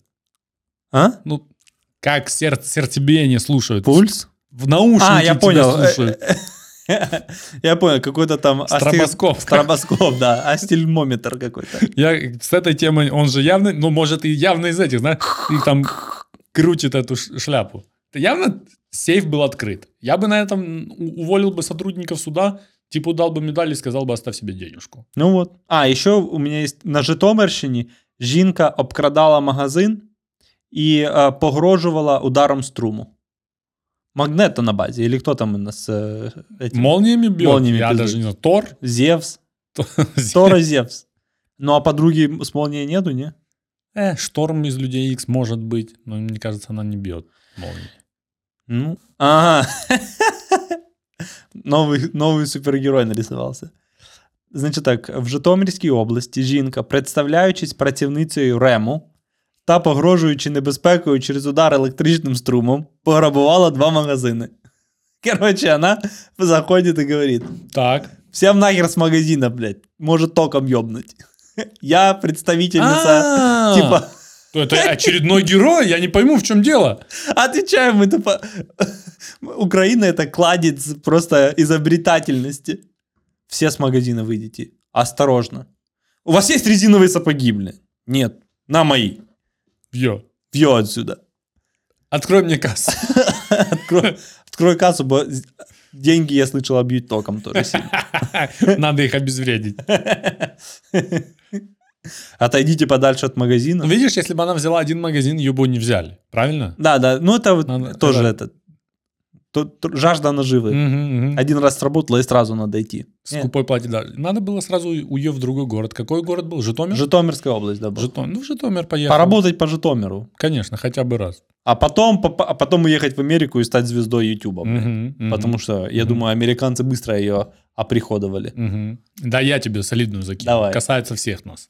S2: А?
S1: Ну, как серд- сердцебиение слушают?
S2: Пульс?
S1: В наушники
S2: А, я
S1: тебя
S2: понял. э,
S1: слушают.
S2: Я понял, какой-то там... остил-
S1: Стробоскоп.
S2: Стробоскоп, да. Астильмометр какой-то.
S1: Я с этой темой, он же явно, ну, может, и явно из этих, знаешь, и там крутит эту ш- шляпу. Это Явно сейф был открыт. Я бы на этом у- уволил бы сотрудников суда, типа дал бы медаль и сказал бы, оставь себе денежку.
S2: Ну вот. А, еще у меня есть на Житомирщині жінка обкрадала магазин і е, погрожувала ударом струму. Магнета на базі, или кто там у нас? Е, еті-
S1: Молниями бьет,
S2: Молниями
S1: я
S2: пиздит.
S1: даже не знаю, Тор?
S2: Зевс.
S1: Тор?
S2: Тора Зевс. Ну а подруги с молнией нету, не?
S1: Э, Шторм из Людей Икс может быть, но мне кажется, она не бьет молнии.
S2: Ну. Ага. Новий, новий супергерой нарисувався. Значить так, в Житомирській області жінка, представляючись працівницею Рему та погрожуючи небезпекою через удар електричним струмом, пограбувала два магазини. Коротше, вона заходить і говорить:
S1: Так.
S2: всем нахер с магазина, блядь, може током йобнуть. Я представительница,
S1: А,
S2: типа.
S1: Это очередной герой, я не пойму, в чем дело.
S2: Отвечаем мы тупо. Украина это кладец просто изобретательности. Все с магазина выйдите. Осторожно. У вас есть резиновые сапоги, блин? Нет. На мои.
S1: Йо.
S2: Пью отсюда.
S1: Открой мне кассу.
S2: Открой, открой кассу, бо з- деньги, я слышал, обьют током тоже сильно.
S1: Надо их обезвредить.
S2: Отойдите подальше от
S1: Ну,
S2: магазина.
S1: видишь, если бы она взяла один магазин, ее бы не взяли. Правильно?
S2: Да, да, ну это вот
S1: Надо-
S2: тоже
S1: да.
S2: это. то- то- жажда наживы.
S1: Мгм, мгм.
S2: Один раз сработала и сразу надо идти.
S1: С купой платье, да. Надо было сразу ее в другой город. Какой город был? Житомир?
S2: Житомирская область, да. была.
S1: Житом- Ну, в Житомир поехал.
S2: Поработать по Житомиру.
S1: Конечно, хотя бы раз.
S2: А потом, поп- а потом уехать в Америку и стать звездой Ютуба.
S1: Мгм, мгм.
S2: Потому что, я
S1: Мгм.
S2: думаю, американцы быстро ее оприходовали.
S1: Мгм. Да, я тебе солидную закину.
S2: Давай.
S1: Касается всех нас.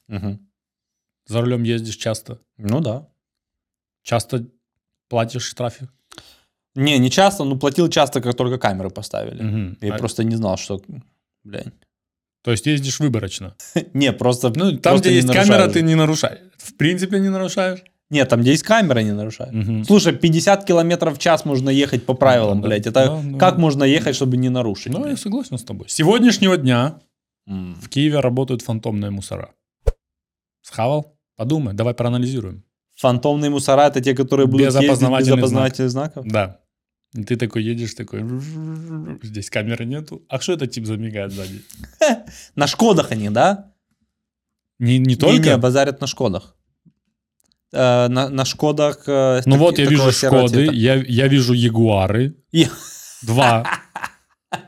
S1: За рулем ездишь часто.
S2: Ну да.
S1: Часто платишь штрафы.
S2: Не, не часто, но платил часто, как только камеры поставили.
S1: Мгм.
S2: Я
S1: А-
S2: просто не знал, что... Блядь.
S1: То есть ездишь выборочно.
S2: Не, просто...
S1: Ну, там,
S2: просто
S1: где
S2: не
S1: есть
S2: нарушаю
S1: камера,
S2: же.
S1: ты не нарушаешь. В принципе, не нарушаешь.
S2: Не, там, где есть камера, не нарушаю.
S1: Мгм.
S2: Слушай, 50 километров в час можно ехать по правилам,
S1: Ну Да,
S2: блядь.
S1: да,
S2: Это
S1: да, да.
S2: как можно ехать, чтобы не нарушить?
S1: Ну, я
S2: блядь?
S1: согласен с тобой. С сегодняшнего дня
S2: М.
S1: В Киеве работают фантомные мусора. Схавал? Подумай, давай проанализируем.
S2: Фантомные мусора это те, которые будут
S1: Без
S2: ездить без
S1: опознавательных
S2: опознавательных знаков.
S1: Да. И ты такой едешь, такой... Здесь камеры нету. А что этот тип замигает сзади?
S2: На Шкодах они, да?
S1: Не, не
S2: Не, не,
S1: только?
S2: базарят на Шкодах. Э, на, на Шкодах... э,
S1: ну
S2: таки-
S1: вот я
S2: такого типа.
S1: вижу
S2: серого
S1: Шкоды,
S2: цвета.
S1: я, я вижу Ягуары.
S2: Я-
S1: Два.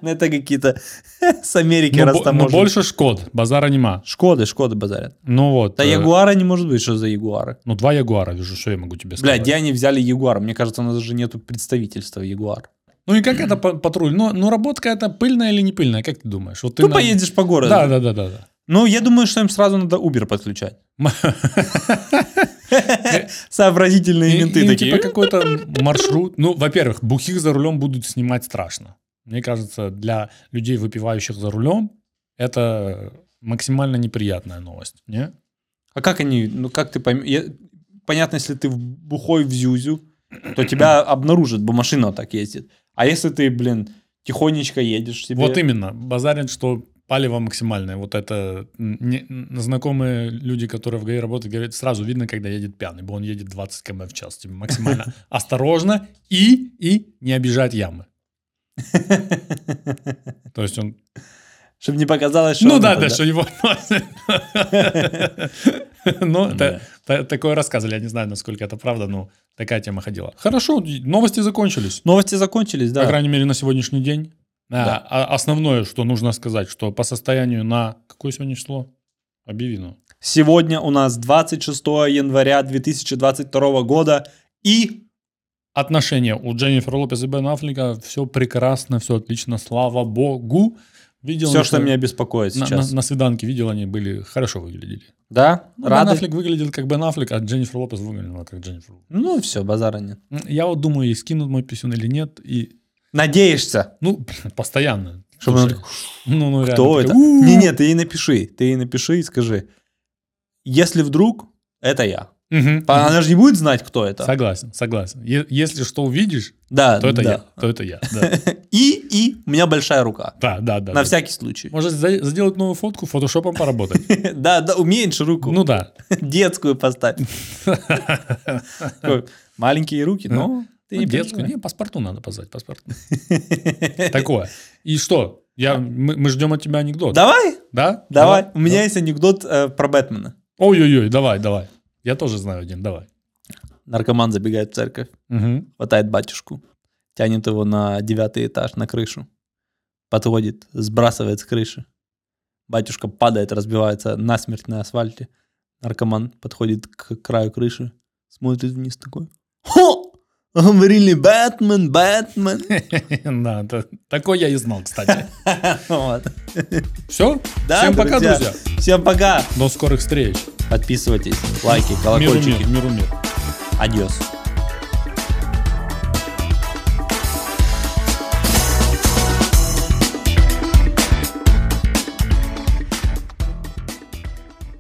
S2: Ну, Это какие-то с Америки
S1: Но, Ну, бо- но
S2: растаможенные.
S1: больше Шкод, базара нема.
S2: Шкоды, Шкоды базарят.
S1: Ну вот.
S2: Да
S1: э,
S2: Ягуара не может быть, что за Ягуары.
S1: Ну два Ягуара вижу, что я могу тебе
S2: Бля,
S1: сказать.
S2: где они взяли Ягуар? Мне кажется, у нас даже нету представительства Ягуар.
S1: Ну и как это па- патруль? Ну, ну работка это пыльная или не пыльная, как ты думаешь? Вот ты
S2: Ты
S1: на-
S2: поедешь по городу.
S1: Да, да, да, да. да.
S2: Ну, я думаю, что им сразу надо Uber подключать. Сообразительные
S1: И-
S2: менты
S1: им,
S2: такие. «Э,
S1: типа какой-то маршрут. Ну, во-первых, бухих за рулем будут снимать страшно. Мне кажется, для людей, выпивающих за рулем, это максимально неприятная новость. Не?
S2: А как они, ну как ты поймешь? Понятно, если ты в бухой в Зюзю, то тебя обнаружат, бо машина вот так ездит. А если ты, блин, тихонечко едешь себе...
S1: Вот именно. Базарин, что палево максимальное. Вот это м, не- м, знакомые люди, которые в ГАИ работают, говорят, сразу видно, когда едет пьяный, бо он едет 20 км в час. Тебе максимально осторожно и, и не обижать ямы. То есть он...
S2: Чтобы не показалось, что...
S1: Ну
S2: он
S1: да,
S2: это,
S1: да, что его... Ну, это- та- такое рассказывали, я не знаю, насколько это правда, но такая тема ходила. Хорошо, новости закончились.
S2: Новости закончились, да.
S1: По крайней мере, на сегодняшний день. А,
S2: Да.
S1: а- основное, что нужно сказать, что по состоянию на... Какое сегодня число? Объяви, ну.
S2: Сегодня у нас 26 января 2022 года и...
S1: Отношения у Дженнифер Лопес и Бен Аффлека. Все прекрасно, все отлично, слава богу. Видел
S2: Все,
S1: на-
S2: что меня беспокоит
S1: на,
S2: сейчас.
S1: на- на свиданке видел, они были хорошо выглядели.
S2: Да?
S1: Ну, Бен
S2: Рады?
S1: Аффлек выглядел как Бен Аффлек, а Дженнифер Лопес выглядела как Дженнифер Лопес.
S2: Ну, все, базара нет.
S1: М, Я вот думаю, и скинут мой писюн или нет. И,
S2: Надеешься,
S1: ну, блин, постоянно.
S2: чтобы она
S1: Слушай, ну, ну, реально.
S2: Кто
S1: такая,
S2: это?
S1: «У-у-у».
S2: Не, не, ты ей напиши. Ты ей напиши и скажи. Если вдруг, это я.
S1: Мгм.
S2: А Она же не будет знать, кто это.
S1: Согласен, согласен. Е- если что увидишь,
S2: Да,
S1: то это
S2: да.
S1: я, то это я. да.
S2: И, и у меня большая рука.
S1: Да, да, да.
S2: На
S1: да.
S2: всякий случай.
S1: Может, за- сделать новую фотку, фотошопом поработать.
S2: Да, да, уменьши руку.
S1: Ну да.
S2: Детскую поставь. Такой, Маленькие руки, ну. но ты не
S1: Ну, Детскую.
S2: переживай.
S1: Не, паспорту надо позвать, паспорту. Такое. И что? Я, мы, мы ждем от тебя анекдот.
S2: Давай,
S1: Да?
S2: давай. У
S1: Да?
S2: меня есть анекдот э, про Бэтмена.
S1: Ой-ой-ой, давай, давай. Я тоже знаю один, давай.
S2: Наркоман забегает в церковь,
S1: Мгм.
S2: хватает батюшку, тянет его на девятый этаж, на крышу. Подходит, сбрасывает с крыши. Батюшка падает, разбивается насмерть на асфальте. Наркоман подходит к краю крыши, смотрит вниз такой. Хо! Говорили Бэтмен, Бэтмен.
S1: Да, это- такой я и знал, кстати.
S2: Вот.
S1: Все?
S2: Да,
S1: Всем пока, друзья.
S2: Всем пока.
S1: До скорых встреч.
S2: Подписывайтесь, лайки,
S1: Миру
S2: колокольчики.
S1: мир, миру мир.
S2: Адьос.